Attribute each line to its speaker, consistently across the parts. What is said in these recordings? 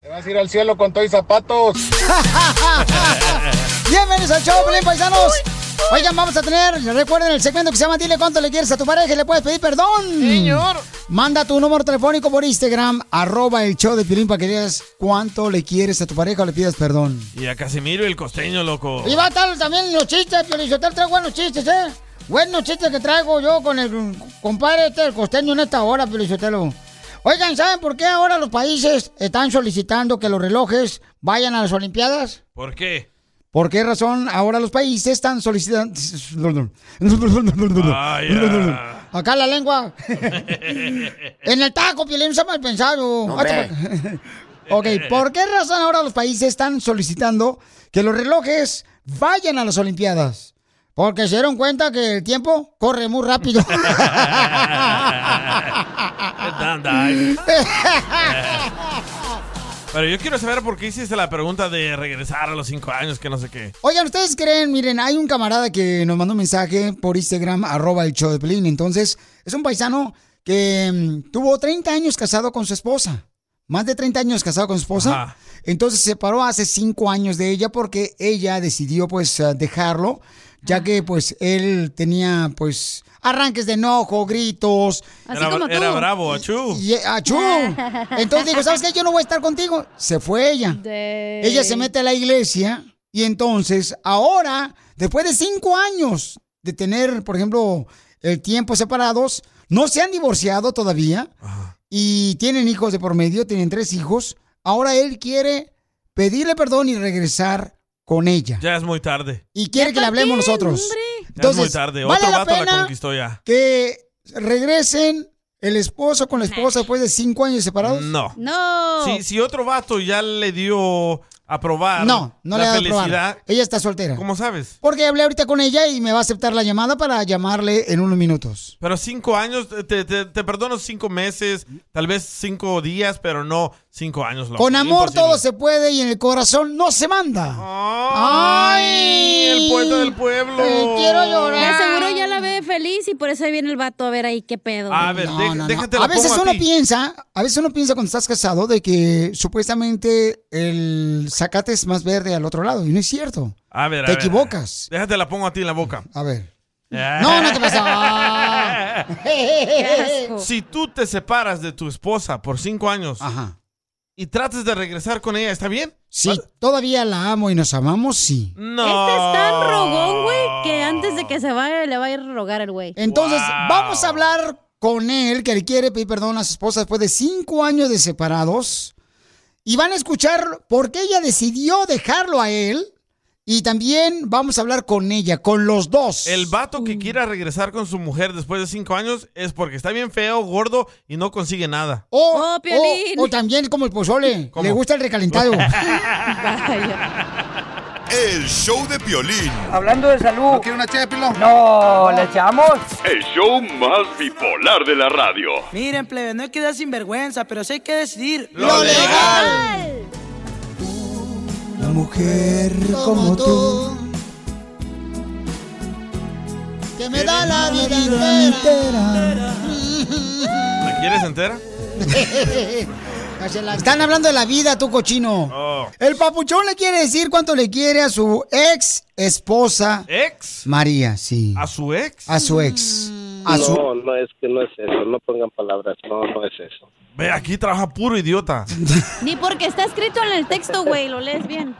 Speaker 1: Te vas a ir al cielo con todo y zapatos.
Speaker 2: Bienvenidos al show, Pelín Paisanos. Oigan, vamos a tener, recuerden el segmento que se llama Dile cuánto le quieres a tu pareja y le puedes pedir perdón.
Speaker 3: Señor.
Speaker 2: Manda tu número telefónico por Instagram, arroba el show de Piolín para que digas cuánto le quieres a tu pareja o le pidas perdón.
Speaker 4: Y a Casimiro el costeño, loco.
Speaker 2: Y va a estar también los chistes, Piolín, yo te traigo buenos chistes, ¿eh? Buenos chistes que traigo yo con el compadre este, el costeño en esta hora, Piolín, Sotelo. Oigan, ¿saben por qué ahora los países están solicitando que los relojes vayan a las Olimpiadas?
Speaker 4: ¿Por qué?
Speaker 2: ¿Por qué razón ahora los países están solicitando...
Speaker 4: Vaya.
Speaker 2: Acá la lengua. En el taco, Piolín, no sea mal pensado.
Speaker 3: Hombre.
Speaker 2: Ok, ¿por qué razón ahora los países están solicitando que los relojes vayan a las Olimpiadas? Porque se dieron cuenta que el tiempo corre muy rápido.
Speaker 4: Dandai. Pero yo quiero saber por qué hiciste la pregunta de regresar a los cinco años, que no sé qué.
Speaker 2: Oigan, ¿ustedes creen? Miren, hay un camarada que nos mandó un mensaje por Instagram, arroba el show de Pelín. Entonces, es un paisano que mm, tuvo 30 años casado con su esposa. Más de 30 años casado con su esposa.
Speaker 4: Ajá.
Speaker 2: Entonces, se separó hace 5 años de ella porque ella decidió, pues, ah, dejarlo. Ya que, pues, él tenía, pues, arranques de enojo, gritos.
Speaker 4: Era, era bravo, achú.
Speaker 2: Y, achú. Entonces digo, ¿sabes qué? Yo no voy a estar contigo. Se fue ella. Ella se mete a la iglesia y entonces ahora, después de cinco años de tener, por ejemplo, el tiempo separados, no se han divorciado todavía y tienen hijos de por medio, tienen tres hijos. Ahora él quiere pedirle perdón y regresar con ella.
Speaker 4: Ya es muy tarde.
Speaker 2: Y quiere que le hablemos nosotros.
Speaker 4: Ya es muy tarde.
Speaker 2: ¿vale
Speaker 4: Otro
Speaker 2: la
Speaker 4: vato la
Speaker 2: pena?
Speaker 4: conquistó ya.
Speaker 2: que regresen el esposo con la esposa después de cinco años separados?
Speaker 4: No.
Speaker 5: No.
Speaker 4: Si, si otro vato ya le dio a probar
Speaker 2: No, no
Speaker 4: la
Speaker 2: le ha dado a
Speaker 4: felicidad,
Speaker 2: probar. Ella está soltera.
Speaker 4: ¿cómo sabes?
Speaker 2: Porque hablé ahorita con ella y me va a aceptar la llamada para llamarle en unos minutos.
Speaker 4: Pero cinco años, te, te- te perdono cinco meses, tal vez cinco días, pero no cinco años. loco.
Speaker 2: con amor
Speaker 4: Imposible.
Speaker 2: todo se puede y en el corazón no se manda.
Speaker 4: ¡Ay! El poeta del pueblo.
Speaker 2: Eh, quiero llorar.
Speaker 5: De seguro ya la ve feliz y por eso ahí viene el vato a ver ahí qué pedo.
Speaker 4: A ver,
Speaker 2: No,
Speaker 4: dé-
Speaker 2: no, no.
Speaker 4: déjate
Speaker 2: A
Speaker 4: la
Speaker 2: veces
Speaker 4: pongo
Speaker 2: uno
Speaker 4: a ti.
Speaker 2: piensa, a veces uno piensa cuando estás casado de que supuestamente el zacate es más verde al otro lado y no es cierto.
Speaker 4: A ver, a
Speaker 2: Te
Speaker 4: ver.
Speaker 2: equivocas.
Speaker 4: Déjate la pongo a ti en la boca. Eh.
Speaker 2: A ver. No, no te pasa.
Speaker 5: Qué asco.
Speaker 4: Si tú te separas de tu esposa por cinco años
Speaker 2: Ajá.
Speaker 4: y trates de regresar con ella, ¿está bien?
Speaker 2: Sí, todavía la amo y nos amamos, sí.
Speaker 4: No.
Speaker 5: Este es tan rogón, güey, que antes de que se vaya le va a ir a rogar al güey.
Speaker 2: Entonces,
Speaker 4: Wow.
Speaker 2: vamos a hablar con él, que le quiere pedir perdón a su esposa después de cinco años de separados. Y van a escuchar por qué ella decidió dejarlo a él. Y también vamos a hablar con ella, con los dos.
Speaker 4: El vato
Speaker 5: Mm.
Speaker 4: que quiera regresar con su mujer después de cinco años es porque está bien feo, gordo y no consigue nada.
Speaker 2: o,
Speaker 5: Oh, Piolín.
Speaker 2: o- o también como el pozole,
Speaker 4: ¿Cómo?
Speaker 2: le gusta el recalentado.
Speaker 5: Vaya.
Speaker 6: El show de Piolín.
Speaker 7: Hablando de salud,
Speaker 1: ¿Quiere una ché, Pilón?
Speaker 7: no, ¿le echamos?
Speaker 8: El show más bipolar de la radio.
Speaker 9: Miren, plebe, no hay que dar sinvergüenza, pero sí hay que decidir.
Speaker 4: ¡Lo legal!
Speaker 2: Una mujer como tú que me da la vida entera.
Speaker 4: ¿La quieres entera?
Speaker 2: Están hablando de la vida, tu cochino.
Speaker 4: Oh.
Speaker 2: El papuchón le quiere decir cuánto le quiere a su ex esposa
Speaker 4: Eh, ¿Ex?
Speaker 2: María, sí.
Speaker 4: ¿A su ex?
Speaker 2: A su ex. A su...
Speaker 10: Ah, No, no es que no es eso, no pongan palabras, no, no es eso.
Speaker 4: Ve, aquí trabaja puro idiota.
Speaker 5: Ni porque está escrito en el texto, güey, lo lees bien.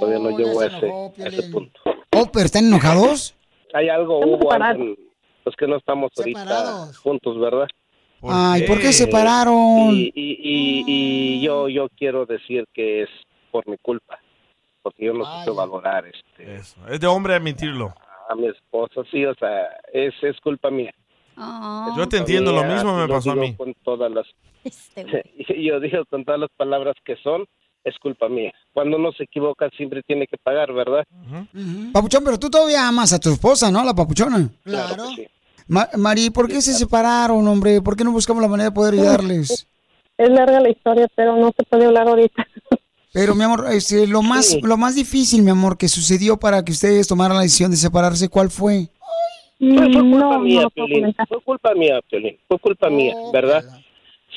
Speaker 10: Todavía no llego a ese, a ese punto.
Speaker 2: Oh, pero están enojados.
Speaker 10: Hay algo, hubo
Speaker 2: separados.
Speaker 10: algo, los que no estamos ahorita juntos, ¿verdad?
Speaker 2: Ay, ¿por qué se separaron?
Speaker 10: Y, y- y- y yo, yo quiero decir que es por mi culpa, porque yo no supe valorar este,
Speaker 4: Es de hombre admitirlo.
Speaker 10: a mi esposa, sí, o sea, es, es culpa mía.
Speaker 2: Ah.
Speaker 10: Es
Speaker 4: Yo te
Speaker 10: culpa
Speaker 4: entiendo, lo mismo me
Speaker 10: yo
Speaker 4: pasó a
Speaker 10: digo
Speaker 4: mí.
Speaker 10: Con todas las,
Speaker 5: güey.
Speaker 10: yo digo con todas las palabras que son, es culpa mía. Cuando uno se equivoca siempre tiene que pagar, ¿verdad?
Speaker 2: Papuchón, pero tú todavía amas a tu esposa, ¿no? La papuchona.
Speaker 10: Claro.
Speaker 2: Ma- Mari, ¿por qué se separaron, hombre? ¿Por qué no buscamos la manera de poder ayudarles?
Speaker 3: Es larga la historia, pero no se puede hablar ahorita.
Speaker 2: Pero, mi amor, este, lo, más, lo más difícil, mi amor, que sucedió para que ustedes tomaran la decisión de separarse, ¿cuál fue?
Speaker 10: Fue, fue culpa
Speaker 2: no,
Speaker 10: mía,
Speaker 2: no puedo
Speaker 10: Piolín. Fue culpa mía, Piolín. Fue culpa mía, ¿verdad?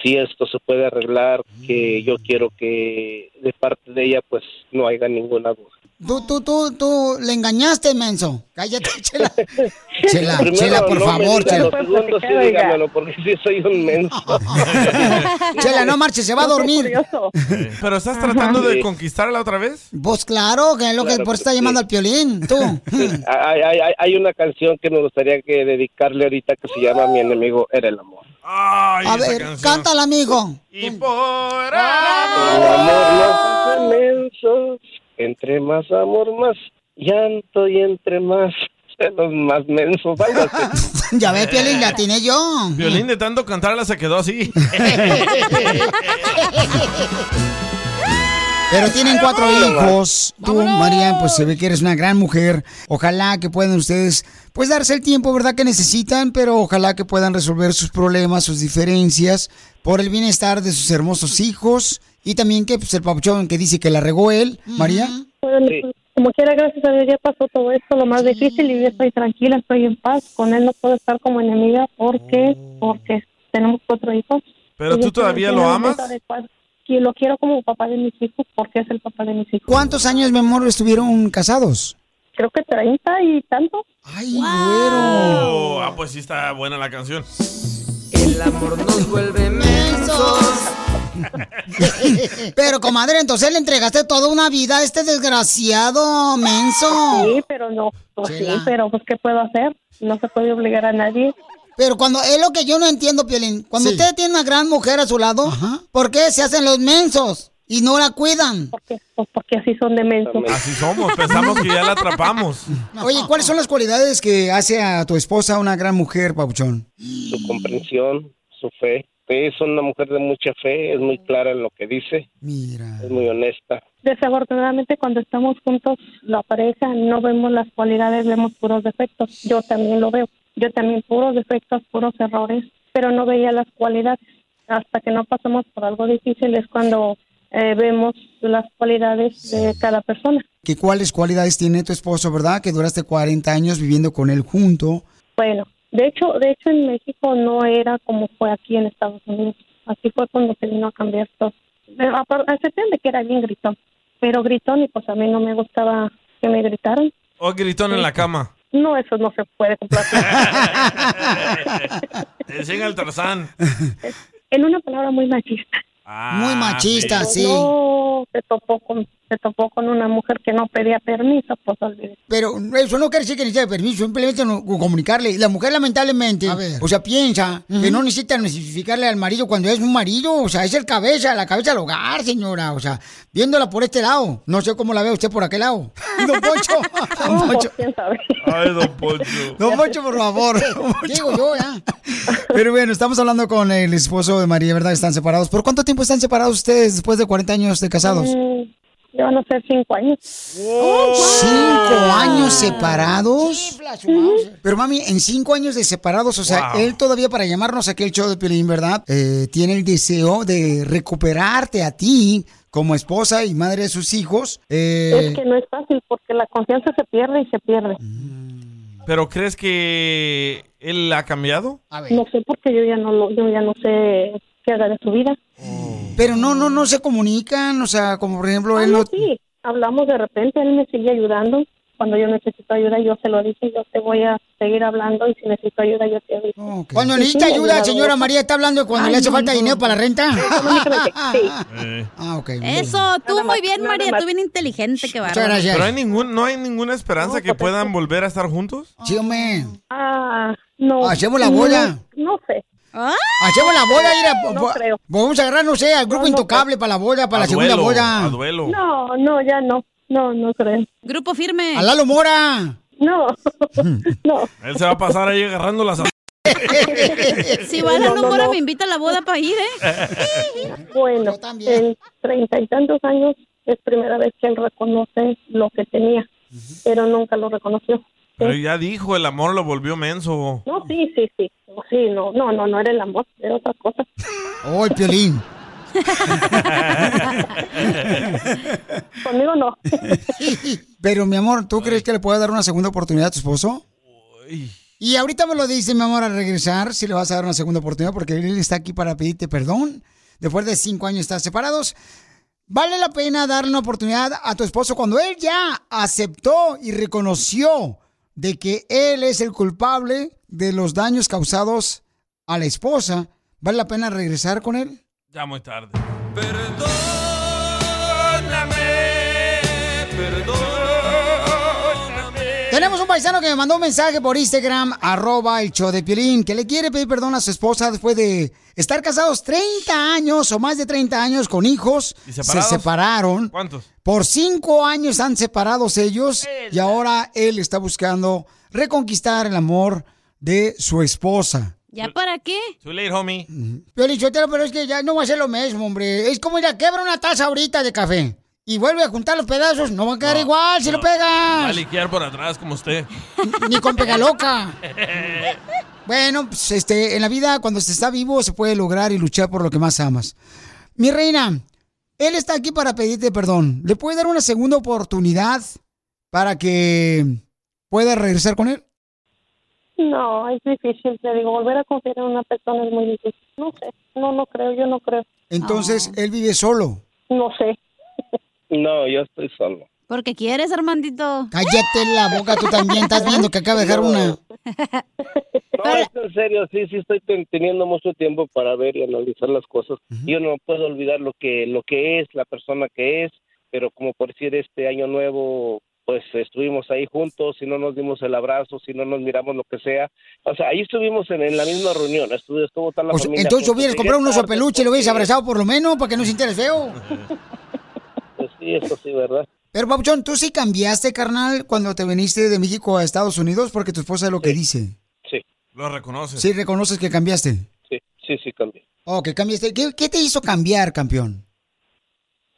Speaker 10: Si esto se puede arreglar, que yo quiero que de parte de ella, pues no haya ninguna duda.
Speaker 2: Tú, tú, tú, tú, le engañaste, menso. Cállate, chela. Chela, chela, por
Speaker 10: no me
Speaker 2: favor,
Speaker 10: digan
Speaker 2: chela.
Speaker 10: lo Segundo, sí,
Speaker 2: Oiga.
Speaker 10: dígamelo, porque sí soy un menso.
Speaker 2: Chela, no marches, se va a dormir.
Speaker 4: ¿Pero estás tratando
Speaker 10: Sí.
Speaker 4: de conquistarla otra vez?
Speaker 2: Vos, Pues claro, que es lo que
Speaker 10: Claro
Speaker 2: por eso
Speaker 10: que
Speaker 2: está
Speaker 10: sí.
Speaker 2: llamando al piolín, tú.
Speaker 10: hay, hay- hay- hay una canción que me gustaría que dedicarle ahorita que se llama Mi enemigo era el amor.
Speaker 2: a ver, cántala, amigo.
Speaker 4: Y por
Speaker 10: El amor nos hace mensos, entre más amor, más llanto y entre más los más mensos. algo así.
Speaker 2: Ya ves, piolín, la tiene yo.
Speaker 4: Violín de tanto cantarla se quedó así.
Speaker 2: Pero tienen cuatro hijos. Tú, María, pues se ve que eres una gran mujer. Ojalá que puedan ustedes, pues, darse el tiempo, ¿verdad? Que necesitan, pero ojalá que puedan resolver sus problemas, sus diferencias, por el bienestar de sus hermosos hijos. Y también que, pues, el papuchón que dice que la regó él, María.
Speaker 3: Bueno, Como quiera, gracias a Dios ya pasó todo esto, lo más difícil, y yo estoy tranquila, estoy en paz. Con él no puedo estar como enemiga porque, porque tenemos cuatro hijos.
Speaker 4: ¿Pero
Speaker 3: Y
Speaker 4: tú
Speaker 3: yo estoy
Speaker 4: todavía lo
Speaker 3: tranquila,
Speaker 4: amas?
Speaker 3: no sabe cuál- Y lo quiero como papá de mis hijos porque es el papá de mis hijos.
Speaker 2: ¿Cuántos años, mi amor, estuvieron casados?
Speaker 3: Creo que 30 y tanto.
Speaker 2: Ay,
Speaker 4: Oh, ah, pues sí está buena la canción.
Speaker 7: El amor nos vuelve mensos.
Speaker 2: Pero, comadre, entonces le entregaste toda una vida a este desgraciado menso.
Speaker 3: Sí, pero no. Pues sí, pero pues, ¿qué puedo hacer? No se puede obligar a nadie.
Speaker 2: Pero cuando es lo que yo no entiendo, Piolín. Cuando
Speaker 3: Sí.
Speaker 2: usted tiene una gran mujer a su lado, ¿por qué se hacen los mensos y no la cuidan?
Speaker 3: porque así son de mensos.
Speaker 4: Así somos, pensamos que ya la atrapamos.
Speaker 2: Oye, ¿cuáles son las cualidades que hace a tu esposa una gran mujer, Papuchón?
Speaker 10: Su comprensión, su fe. Es una mujer de mucha fe, es muy clara en lo que dice. Es muy honesta.
Speaker 3: Desafortunadamente, cuando estamos juntos, la pareja, no vemos las cualidades, vemos puros defectos. Yo también lo veo. Yo también puros defectos, puros errores, pero no veía las cualidades. Hasta que no pasamos por algo difícil es cuando eh, vemos las cualidades de cada persona.
Speaker 2: ¿Que ¿Cuáles cualidades tiene tu esposo, verdad? Que duraste 40 años viviendo con él junto.
Speaker 3: Bueno, de hecho, de hecho en México no era como fue aquí en Estados Unidos. Así fue cuando se vino a cambiar todo. Pero apar- a excepción de que era bien gritón, pero gritón y pues a mí no me gustaba que me gritaran.
Speaker 4: O Oh, gritón en la cama.
Speaker 3: No, eso no se puede complacer.
Speaker 4: Te enseña el Tarzán. Ah,
Speaker 3: en una palabra muy machista.
Speaker 2: Muy machista, sí.
Speaker 3: No, se topó con se topó con una mujer que no pedía permiso, pues olvídate.
Speaker 2: Pero eso no quiere decir que necesite permiso, simplemente no- comunicarle. La mujer, lamentablemente, o sea, piensa que no necesita notificarle al marido cuando es un marido, o sea, es el cabeza, la cabeza del hogar, señora, o sea, viéndola por este lado, no sé cómo la ve usted por aquel lado. Don Poncho, don Poncho,
Speaker 4: Ay, don Poncho.
Speaker 2: don Poncho, por favor. Don Poncho. Digo yo, ya. Pero bueno, estamos hablando con el esposo de María, ¿verdad? Están separados. ¿Por cuánto tiempo están separados ustedes después de 40 años de casados?
Speaker 3: Mm, Yo van a ser cinco años.
Speaker 2: Oh, ¿Cinco años separados? Pero mami, en cinco años de separados, o sea,
Speaker 11: Wow.
Speaker 2: él todavía para llamarnos aquí el show de Piolín, ¿verdad? Eh, tiene el deseo de recuperarte a ti como esposa y madre de sus hijos. Eh,
Speaker 3: Es que no es fácil porque la confianza se pierde y se pierde.
Speaker 4: ¿Pero crees que él ha cambiado?
Speaker 3: No sé porque yo ya no lo, yo ya no sé qué haga de su vida.
Speaker 4: Oh.
Speaker 2: Pero no, no, no se comunican, o sea, como por ejemplo
Speaker 3: Ah,
Speaker 2: él
Speaker 3: no,
Speaker 2: no...
Speaker 3: sí, hablamos de repente, él me sigue ayudando, Cuando yo necesito ayuda, yo se lo dije, yo te voy a seguir hablando y si necesito ayuda, yo te aviso.
Speaker 2: Cuando
Speaker 3: Sí,
Speaker 2: necesita
Speaker 3: sí,
Speaker 2: ayuda,
Speaker 3: ayudadora.
Speaker 2: señora María está hablando de cuando
Speaker 3: Ay,
Speaker 2: le hace
Speaker 3: no,
Speaker 2: falta
Speaker 3: no.
Speaker 2: dinero para la renta.
Speaker 3: Económicamente,
Speaker 2: Ah, ok. muy bien.
Speaker 5: Eso, tú muy bien, María, tú bien inteligente, qué bárbaro.
Speaker 4: ¿Pero hay ningún, no hay ninguna esperanza que puedan volver a estar juntos?
Speaker 2: pues Sí, hombre.
Speaker 3: Ah, no.
Speaker 2: Hacemos la bola.
Speaker 3: No, sé.
Speaker 2: Ah. Hacemos la bola, mira.
Speaker 3: No
Speaker 2: vo-
Speaker 3: creo.
Speaker 2: Vamos a agarrar, no sé, al grupo intocable para la bola, para
Speaker 4: A
Speaker 2: la segunda
Speaker 4: duelo,
Speaker 2: bola.
Speaker 4: a duelo.
Speaker 3: No, no, ya no. No, no creo.
Speaker 5: Grupo firme.
Speaker 2: A Lalo Mora.
Speaker 3: No.
Speaker 4: Él se va a pasar ahí agarrando las...
Speaker 5: Si va a
Speaker 3: No,
Speaker 5: la
Speaker 3: no,
Speaker 5: número,
Speaker 3: no.
Speaker 5: me invita a la boda para ir, ¿eh?
Speaker 3: Bueno, en treinta y tantos años es primera vez que él reconoce lo que tenía, pero nunca lo reconoció.
Speaker 4: Pero ya dijo, el amor lo volvió menso.
Speaker 3: No, sí, sí, sí. No, sí, no, no, no, no era el amor, era otra cosa.
Speaker 2: Oh, el piolín.
Speaker 3: Conmigo no.
Speaker 2: Pero, mi amor, ¿tú crees que le puedes dar una segunda oportunidad a tu esposo? Y ahorita me lo dice, mi amor, al regresar, si le vas a dar una segunda oportunidad, porque él está aquí para pedirte perdón. Después de cinco años están separados. ¿Vale la pena darle una oportunidad a tu esposo cuando él ya aceptó y reconoció de que él es el culpable de los daños causados a la esposa? ¿Vale la pena regresar con él?
Speaker 4: Ya muy tarde.
Speaker 2: Tenemos un paisano que me mandó un mensaje por Instagram, arroba el show de Piolín, que le quiere pedir perdón a su esposa después de estar casados 30 años o más de 30 años con hijos.
Speaker 4: ¿Y
Speaker 2: se
Speaker 4: separados?
Speaker 2: separaron.
Speaker 4: ¿Cuántos?
Speaker 2: Por cinco años están separados ellos y ahora él está buscando reconquistar el amor de su esposa.
Speaker 5: ¿Ya para qué?
Speaker 4: Too late, homie.
Speaker 2: Piolín Sotelo, pero es que ya no va a ser lo mismo, hombre. Es como ir a quebrar una taza ahorita de café y vuelve a juntar los pedazos. No va a quedar
Speaker 4: No,
Speaker 2: igual si
Speaker 4: no.
Speaker 2: lo pegas.
Speaker 4: Va a liquear por atrás como usted.
Speaker 2: Ni con Pegaloca. Bueno, pues este, en la vida, cuando se está vivo, se puede lograr y luchar por lo que más amas. Mi reina, él está aquí para pedirte perdón. ¿Le puedes dar una segunda oportunidad para que pueda regresar con él?
Speaker 3: No, es difícil, te digo, volver a confiar en una persona es muy difícil. No sé, no, no creo, yo no creo.
Speaker 2: Entonces, él vive solo.
Speaker 3: Ah. No sé.
Speaker 10: No, yo estoy solo.
Speaker 5: Porque quieres, Armandito.
Speaker 2: Cállate la boca, tú también estás viendo que acaba de dejar una.
Speaker 10: No, es en serio, sí, sí estoy ten- teniendo mucho tiempo para ver y analizar las cosas. Yo no puedo olvidar lo que lo que es la persona que es, pero como por decir este año nuevo, pues estuvimos ahí juntos, si no nos dimos el abrazo, si no nos miramos lo que sea, o sea, ahí estuvimos en, en la misma reunión, estuvo, estuvo toda la
Speaker 2: O sea,
Speaker 10: familia. pues,
Speaker 2: entonces
Speaker 10: juntos.
Speaker 2: hubieras
Speaker 10: Llegué
Speaker 2: comprado un oso
Speaker 10: tarde,
Speaker 2: peluche y lo hubieras abrazado por lo menos para que no sintieras feo.
Speaker 10: pues sí, eso sí, verdad.
Speaker 2: Pero, Papuchón, ¿tú sí cambiaste, carnal, cuando te viniste de México a Estados Unidos? Porque tu esposa es lo que dice.
Speaker 10: Sí,
Speaker 4: Lo reconoce.
Speaker 2: Sí, reconoces que cambiaste.
Speaker 10: sí, sí, sí cambié.
Speaker 2: Oh, que cambiaste. ¿Qué, qué te hizo cambiar, campeón?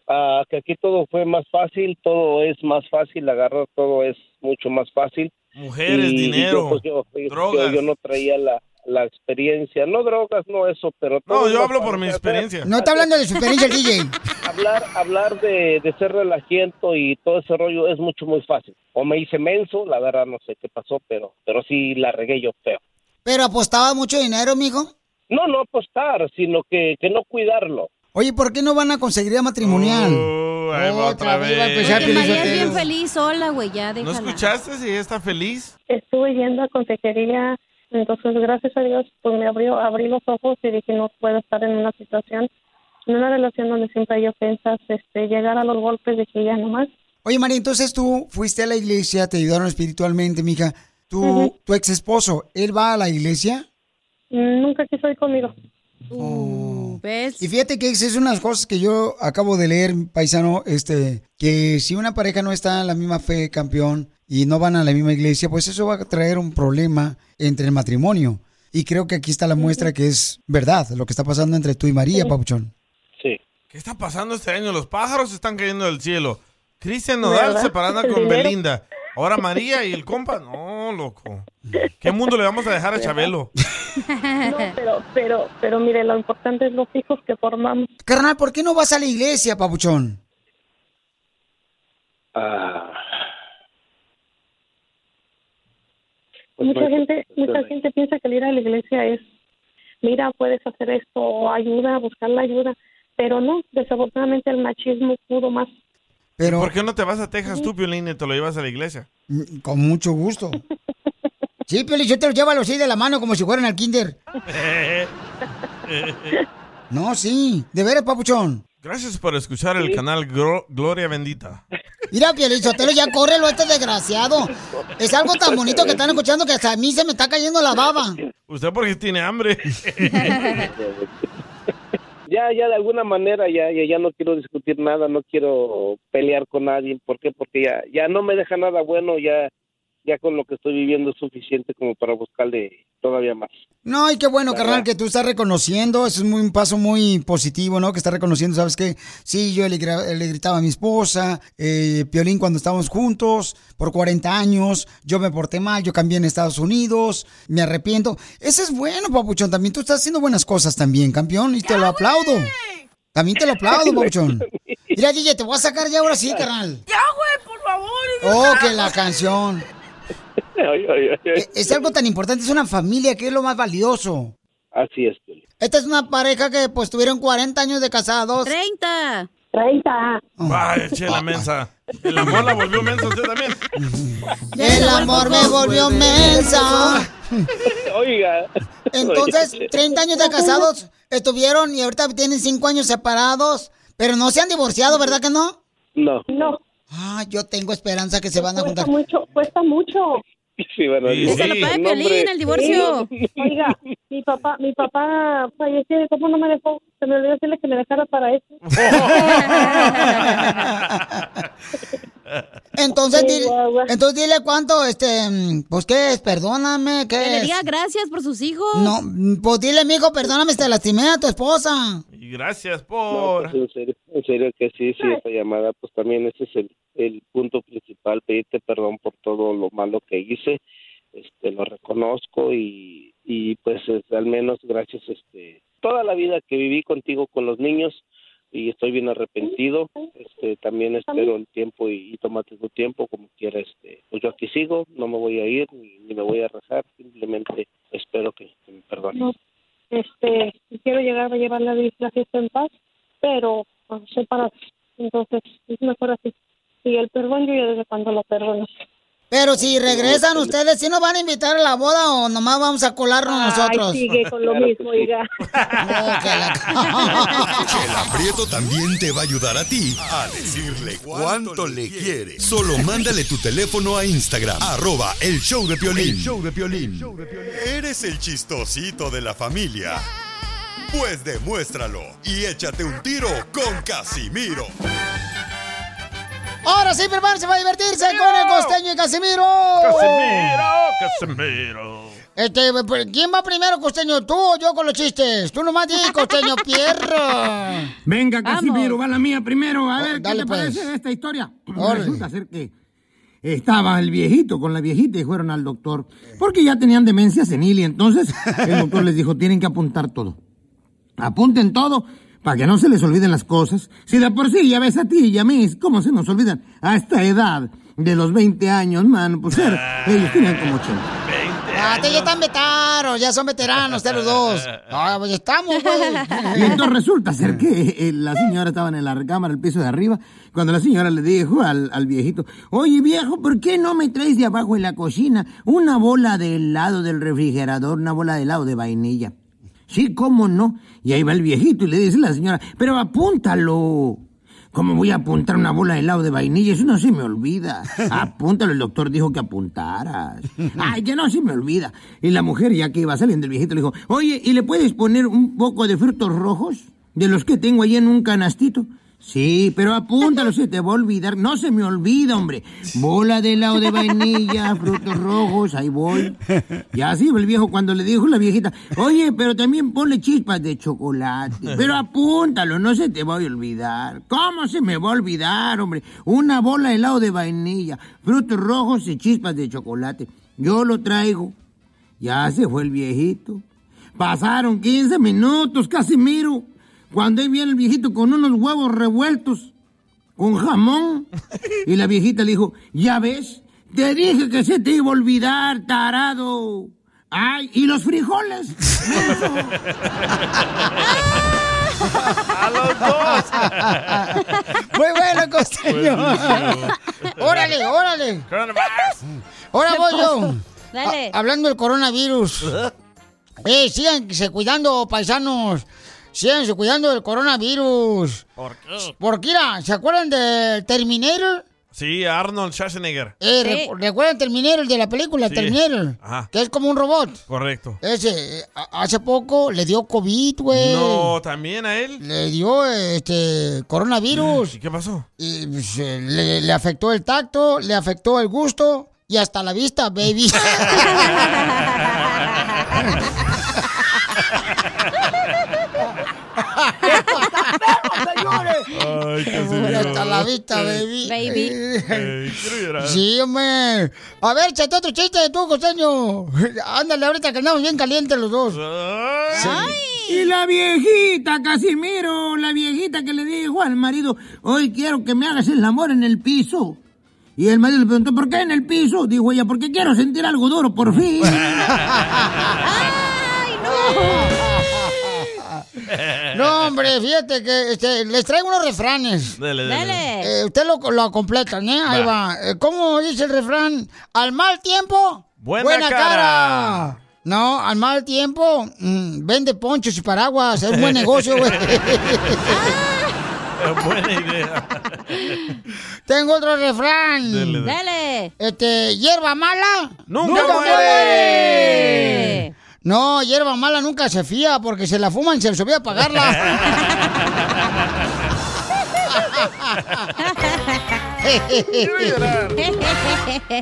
Speaker 10: Ah, que aquí todo fue más fácil, todo es más fácil, agarrar todo es mucho más fácil.
Speaker 4: Mujeres,
Speaker 10: Y yo,
Speaker 4: dinero,
Speaker 10: pues, yo, yo-
Speaker 4: drogas.
Speaker 10: Yo, no traía la, la experiencia, no drogas, no eso, pero...
Speaker 4: No,
Speaker 10: todo
Speaker 4: yo
Speaker 10: lo
Speaker 4: hablo
Speaker 10: para
Speaker 4: por mi
Speaker 10: hacer-
Speaker 4: experiencia.
Speaker 2: No está hablando de su experiencia el DJ.
Speaker 10: Hablar, hablar de, de ser relajento y todo ese rollo es mucho, muy fácil. O me hice menso, la verdad no sé qué pasó, pero, pero sí la regué yo feo.
Speaker 2: ¿Pero apostaba mucho dinero, mijo?
Speaker 10: No, no apostar, sino que, que no cuidarlo.
Speaker 2: Oye, ¿por qué no van a conseguir a matrimonial? otra vez va a empezar
Speaker 5: Porque
Speaker 2: Piolín
Speaker 5: María es
Speaker 2: Sotelo.
Speaker 5: bien feliz sola, güey, ya
Speaker 4: ¿No
Speaker 5: déjala.
Speaker 4: escuchaste si ella está feliz?
Speaker 3: Estuve yendo a consejería, entonces gracias a Dios pues me abrió, abrí los ojos y dije no puedo estar en una situación, en una relación donde siempre hay ofensas, este, llegar a los golpes, dije ya nomás.
Speaker 2: Oye, María, entonces tú fuiste a la iglesia, te ayudaron espiritualmente, mija. Tu, tu ex esposo, ¿él va a la iglesia? Oh.
Speaker 3: Nunca quiso ir conmigo.
Speaker 2: Y fíjate que es es unas cosas que yo acabo de leer, paisano, este, que si una pareja no está en la misma fe, campeón, y no van a la misma iglesia, pues eso va a traer un problema entre el matrimonio. Y creo que aquí está la muestra que es verdad, lo que está pasando entre tú y María, Papuchón.
Speaker 10: Sí.
Speaker 4: ¿Qué está pasando este año? Los pájaros están cayendo del cielo. Cristian Nodal
Speaker 2: ¿Verdad?
Speaker 4: se parana
Speaker 2: El
Speaker 4: con
Speaker 2: dinero.
Speaker 4: Belinda. Ahora María y el compa. No, loco. ¿Qué mundo le vamos a dejar a Chabelo?
Speaker 3: No, pero, pero, pero mire, lo importante es los hijos que formamos.
Speaker 2: Carnal, ¿por qué no vas a la iglesia, Papuchón? Oh,
Speaker 10: Ah. Pues
Speaker 3: Mucha
Speaker 10: no hay-
Speaker 3: gente, mucha gente piensa que el ir a la iglesia es, mira, puedes hacer esto, o ayuda, buscar la ayuda, pero no, desafortunadamente el machismo pudo más.
Speaker 4: ¿Y ¿Por qué no te vas a Texas tú, Piolín, y te lo llevas a la iglesia?
Speaker 2: Mm, Con mucho gusto. Sí, Piolín, yo te lo llevo a los seis de la mano como si fueran al kinder. No, sí. De veras, papuchón.
Speaker 4: Gracias por escuchar el canal Gro- Gloria Bendita.
Speaker 2: Mira, Piolín, Sotelo, ya córrelo este desgraciado. Es algo tan bonito que están escuchando que hasta a mí se me está cayendo la baba.
Speaker 4: Usted porque tiene hambre.
Speaker 10: ya, ya de alguna manera ya, ya, ya no quiero discutir nada, no quiero pelear con nadie. ¿Por qué? Porque ya, ya no me deja nada bueno, ya, ya con lo que estoy viviendo es suficiente como para buscarle todavía más.
Speaker 2: No, y qué bueno, carnal, que tú estás reconociendo. Eso es muy, un paso muy positivo, ¿no? Que estás reconociendo, ¿sabes qué? Sí, yo le, gra- le gritaba a mi esposa, eh, Piolín, cuando estábamos juntos, por 40 años, yo me porté mal, yo cambié en Estados Unidos, me arrepiento. Eso es bueno, papuchón. También tú estás haciendo buenas cosas también, campeón, y te lo aplaudo. También te lo aplaudo, papuchón. Mira, DJ, te voy a sacar ya ahora sí, carnal.
Speaker 12: Ya, güey, pues, por favor.
Speaker 2: Oh, que la canción.
Speaker 10: Ay, ay, ay, ay.
Speaker 2: Es algo tan importante, es una familia, que es lo más valioso.
Speaker 10: Así es. Piolín.
Speaker 2: Esta es una pareja que pues tuvieron 40 años de casados. 30. 30.
Speaker 4: Vaya, che, la mensa. El amor la volvió mensa usted también.
Speaker 2: El amor me volvió mensa.
Speaker 10: Oiga.
Speaker 2: Entonces, 30 años de casados estuvieron y ahorita tienen 5 años separados, pero no se han divorciado, ¿verdad que no?
Speaker 10: No.
Speaker 2: No. Ah, yo tengo esperanza que se van a juntar.
Speaker 3: mucho, cuesta mucho.
Speaker 10: Sí, bueno,
Speaker 4: Sí,
Speaker 10: digo,
Speaker 4: sí. Esa la paga
Speaker 10: no, hombre.
Speaker 4: Piolín, el divorcio.
Speaker 3: Sí. Oiga, mi papá, mi papá falleció, ¿cómo no me dejó? Se me olvidó decirle que me dejara para eso.
Speaker 2: Entonces,
Speaker 3: Sí,
Speaker 2: dile,
Speaker 3: guagua.
Speaker 2: entonces dile cuánto, este, mm, pues qué es, perdóname, qué
Speaker 5: Que le
Speaker 2: es.
Speaker 5: diga gracias por sus hijos.
Speaker 2: No, mm, pues dile, mijo, perdóname, te lastimé a tu esposa.
Speaker 4: Y gracias
Speaker 10: No,
Speaker 4: por...
Speaker 10: pues, en serio, en serio que sí, sí, esa llamada, pues también ese es el, el punto principal, pedirte perdón por todo lo malo que hice, este, lo reconozco y, y pues es- al menos gracias, este, toda la vida que viví contigo con los niños y estoy bien arrepentido, este, también espero el tiempo y, y tómate tu tiempo como quieras, este, pues yo aquí sigo, no me voy a ir ni, ni me voy a rajar, simplemente espero que, que me perdones.
Speaker 3: No, este, quiero llegar a llevar la, la fiesta en paz, pero pues, separados. Entonces, es mejor así. Y el perdón, yo ya desde cuando lo perdono.
Speaker 2: Pero si regresan ustedes, ¿sí nos van a invitar a la boda o nomás vamos a colarnos nosotros?
Speaker 3: Ay, sigue con lo mismo, oiga.
Speaker 6: Chela Prieto también te va a ayudar a ti a decirle cuánto le quiere. Solo mándale tu teléfono a Instagram, arroba el show de Piolín.
Speaker 13: El
Speaker 6: show de Eres el chistosito de la familia. Pues demuéstralo y échate un tiro con Casimiro.
Speaker 2: Ahora sí, prepárense para divertirse con el costeño y Casimiro.
Speaker 4: Casimiro.
Speaker 2: Este, pues, ¿quién va primero, costeño? ¿Tú o yo con los chistes? Tú nomás di, costeño, pierro.
Speaker 13: Venga,
Speaker 2: Vamos.
Speaker 13: Casimiro, va la mía primero. A
Speaker 2: Oh,
Speaker 13: ver, ¿qué
Speaker 2: dale,
Speaker 13: te
Speaker 2: pues.
Speaker 13: parece de esta historia?
Speaker 2: Órale.
Speaker 13: Resulta ser que estaba el viejito con la viejita y fueron al doctor porque ya tenían demencia senil y entonces el doctor les dijo, tienen que apuntar todo. Apunten todo para que no se les olviden las cosas. Si de por sí ya ves a ti y a mí, ¿cómo se nos olvidan? A esta edad de los 20 años, man, pues era- ellos tenían como 80.
Speaker 2: Ah, te- ya están veteranos, ya son veteranos ustedes los dos. Ah, pues estamos, pues.
Speaker 13: Y
Speaker 2: güey.
Speaker 13: entonces resulta ser que eh, la señora estaba en la recámara, el piso de arriba, cuando la señora le dijo al, al viejito, oye viejo, ¿por qué no me traes de abajo en la cocina una bola de helado del refrigerador, una bola de helado de vainilla? Sí, cómo no. Y ahí va el viejito y le dice la señora, pero apúntalo. ¿Cómo voy a apuntar una bola de helado de vainilla? Eso no se me olvida. Apúntalo, el doctor dijo que apuntaras. Ay, que no se me olvida. Y la mujer, ya que iba saliendo el viejito, le dijo, oye, ¿y le puedes poner un poco de frutos rojos? De los que tengo ahí en un canastito. Sí, pero apúntalo, se te va a olvidar. No se me olvida, hombre. Bola de helado de vainilla, frutos rojos, ahí voy. Y así el viejo cuando le dijo la viejita, oye, pero también ponle chispas de chocolate. Pero apúntalo, no se te va a olvidar. ¿Cómo se me va a olvidar, hombre? Una bola de helado de vainilla, frutos rojos y chispas de chocolate. Yo lo traigo. Ya se fue el viejito. Pasaron 15 minutos, Casimiro. Cuando ahí viene el viejito con unos huevos revueltos, con jamón. Y la viejita le dijo, ya ves, te dije que se te iba a olvidar, tarado. Ay, ¿y los frijoles?
Speaker 2: ¡A los dos! Muy bueno, costeño.
Speaker 7: Buenísimo.
Speaker 2: órale, órale. Ahora
Speaker 7: ¿Qué
Speaker 2: voy yo.
Speaker 7: pasó? Dale.
Speaker 2: Ha- hablando del coronavirus. Eh, síganse cuidando, paisanos. Síganse cuidando del coronavirus.
Speaker 4: ¿Por qué?
Speaker 2: Porque, mira, ¿se acuerdan del Terminator?
Speaker 4: Sí, Arnold Schwarzenegger.
Speaker 2: Eh, re- ¿Recuerdan Terminator de la película
Speaker 4: Sí.
Speaker 2: Terminator?
Speaker 4: Ajá.
Speaker 2: Que es como un robot.
Speaker 4: Correcto.
Speaker 2: Ese, eh, a- hace poco le dio COVID, güey.
Speaker 4: No, también a él.
Speaker 2: Eh. Le dio este coronavirus.
Speaker 4: ¿Y qué pasó?
Speaker 2: Y pues, eh, le, le afectó el tacto, le afectó el gusto y hasta la vista, baby.
Speaker 7: Ay,
Speaker 2: hasta la vista, baby. Sí, hombre. A ver, chate otro chiste de tú, costeño. Ándale, ahorita que andamos bien calientes los dos.
Speaker 13: Y la viejita, Casimiro, la viejita que le dijo al marido, hoy quiero que me hagas el amor en el piso. Y el marido le preguntó, ¿por qué en el piso? Dijo ella, porque quiero sentir algo duro, por fin.
Speaker 2: No, hombre, fíjate que este, les traigo unos refranes.
Speaker 7: Dale, dale, dale.
Speaker 2: Eh, usted lo, lo completan, ¿eh? Ahí
Speaker 7: Va.
Speaker 2: va. Eh, ¿Cómo dice el refrán? Al mal tiempo,
Speaker 7: Buena cara.
Speaker 2: No, al mal tiempo, mm, vende ponchos y paraguas. Es un buen negocio, güey.
Speaker 7: Buena idea.
Speaker 2: Tengo otro refrán.
Speaker 7: Dele, dele.
Speaker 2: Este, hierba mala.
Speaker 7: Nunca muere.
Speaker 2: No, hierba mala nunca se fía porque se la fuman y se les olvida pagarla.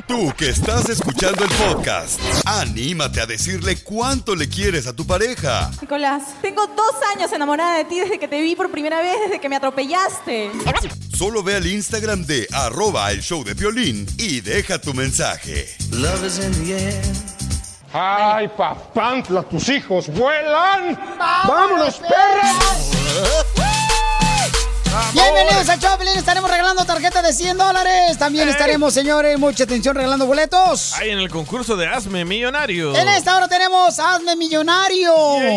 Speaker 6: Tú que estás escuchando el podcast, anímate a decirle cuánto le quieres a tu pareja.
Speaker 14: Nicolás, tengo dos años enamorada de ti desde que te vi por primera vez, desde que me atropellaste.
Speaker 6: Solo ve al Instagram de arroba el show de violín y deja tu mensaje.
Speaker 15: ¡Ay, papantla! ¡Tus hijos vuelan! ¡Vámonos, perras!
Speaker 2: Bienvenidos a Choplin, estaremos regalando tarjeta de 100 dólares. También estaremos, señores, mucha atención, regalando boletos.
Speaker 4: Ahí en el concurso de Hazme Millonario.
Speaker 2: En esta hora tenemos Hazme Millonario.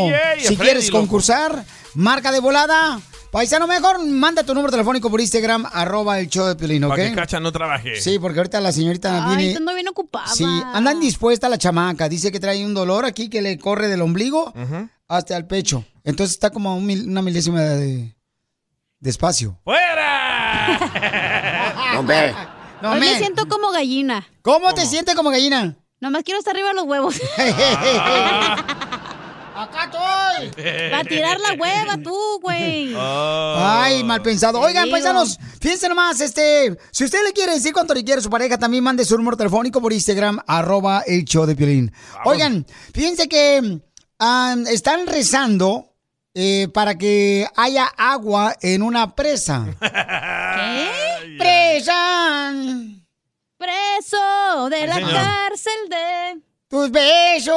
Speaker 4: yeah,
Speaker 2: si
Speaker 4: Freddy,
Speaker 2: quieres
Speaker 4: loco.
Speaker 2: concursar, marca de volada. Paisano, mejor manda tu número telefónico por Instagram, arroba el show de Piolín, ¿ok?
Speaker 4: Para que Cacha no trabaje.
Speaker 2: Sí, porque ahorita la señorita
Speaker 5: Ay,
Speaker 2: viene...
Speaker 5: tú ando bien ocupada.
Speaker 2: Sí, anda indispuesta la chamaca. Dice que trae un dolor aquí que le corre del ombligo
Speaker 4: Ujú.
Speaker 2: hasta el pecho. Entonces está como a un mil- una milésima de, de espacio.
Speaker 13: Hombre.
Speaker 2: No,
Speaker 5: Hoy me
Speaker 2: men.
Speaker 5: siento como gallina.
Speaker 2: ¿Cómo, te sientes como gallina?
Speaker 5: Nomás quiero estar arriba de los huevos.
Speaker 2: ¡Acá estoy!
Speaker 5: Va a tirar la hueva tú, güey.
Speaker 4: Oh,
Speaker 2: Ay, mal pensado.
Speaker 5: Te
Speaker 2: Oigan,
Speaker 5: digo.
Speaker 2: paisanos, fíjense nomás, este, si usted le quiere decir cuánto le quiere a su pareja, también mande su número telefónico por Instagram, arroba el show de Piolín. Oigan, fíjense que ah, están rezando eh, para que haya agua en una presa.
Speaker 5: ¿Qué?
Speaker 2: Presa.
Speaker 5: Preso de la
Speaker 4: señor.
Speaker 5: cárcel de...
Speaker 2: Tus besos.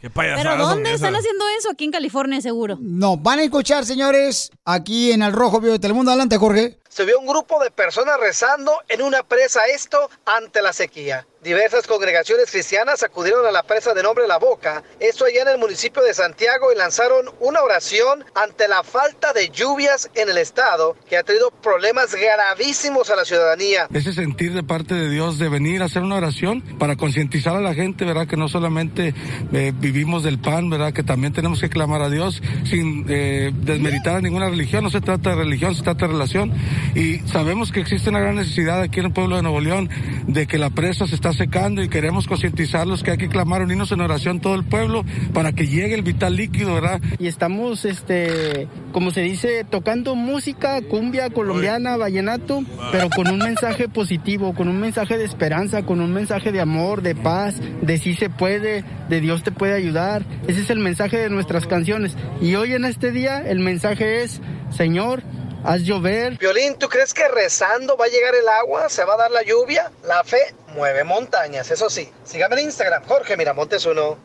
Speaker 4: Qué payasada
Speaker 5: ¿Pero dónde
Speaker 4: son
Speaker 5: están
Speaker 4: esas.
Speaker 5: haciendo eso? Aquí en California, seguro.
Speaker 2: No, van a escuchar, señores, aquí en El Rojo Vivo de Telemundo. Adelante, Jorge.
Speaker 16: se vio un grupo de personas rezando en una presa, esto ante la sequía. Diversas congregaciones cristianas acudieron a la presa de nombre La Boca, esto allá en el municipio de Santiago, y lanzaron una oración ante la falta de lluvias en el estado, que ha traído problemas gravísimos a la ciudadanía.
Speaker 17: ese sentir de parte de Dios de venir a hacer una oración para concientizar a la gente, ¿verdad? Que no solamente eh, vivimos del pan, ¿verdad? Que también tenemos que clamar a Dios sin eh, desmeritar a ninguna religión. No se trata de religión, se trata de relación. Y sabemos que existe una gran necesidad aquí en el pueblo de Nuevo León de que la presa se está secando y queremos concientizarlos que hay que clamar, unirnos en oración todo el pueblo para que llegue el vital líquido, ¿verdad?
Speaker 1: Y estamos, este, como se dice, tocando música, cumbia colombiana, vallenato, pero con un mensaje positivo, con un mensaje de esperanza, con un mensaje de amor, de paz, de sí se puede, de Dios te puede ayudar. Ese es el mensaje de nuestras canciones. Y hoy en este día el mensaje es, Señor, haz llover.
Speaker 16: Violín, ¿tú crees que rezando va a llegar el agua? ¿Se va a dar la lluvia? La fe mueve montañas, eso sí. Sígame en Instagram, Jorge Miramontes uno.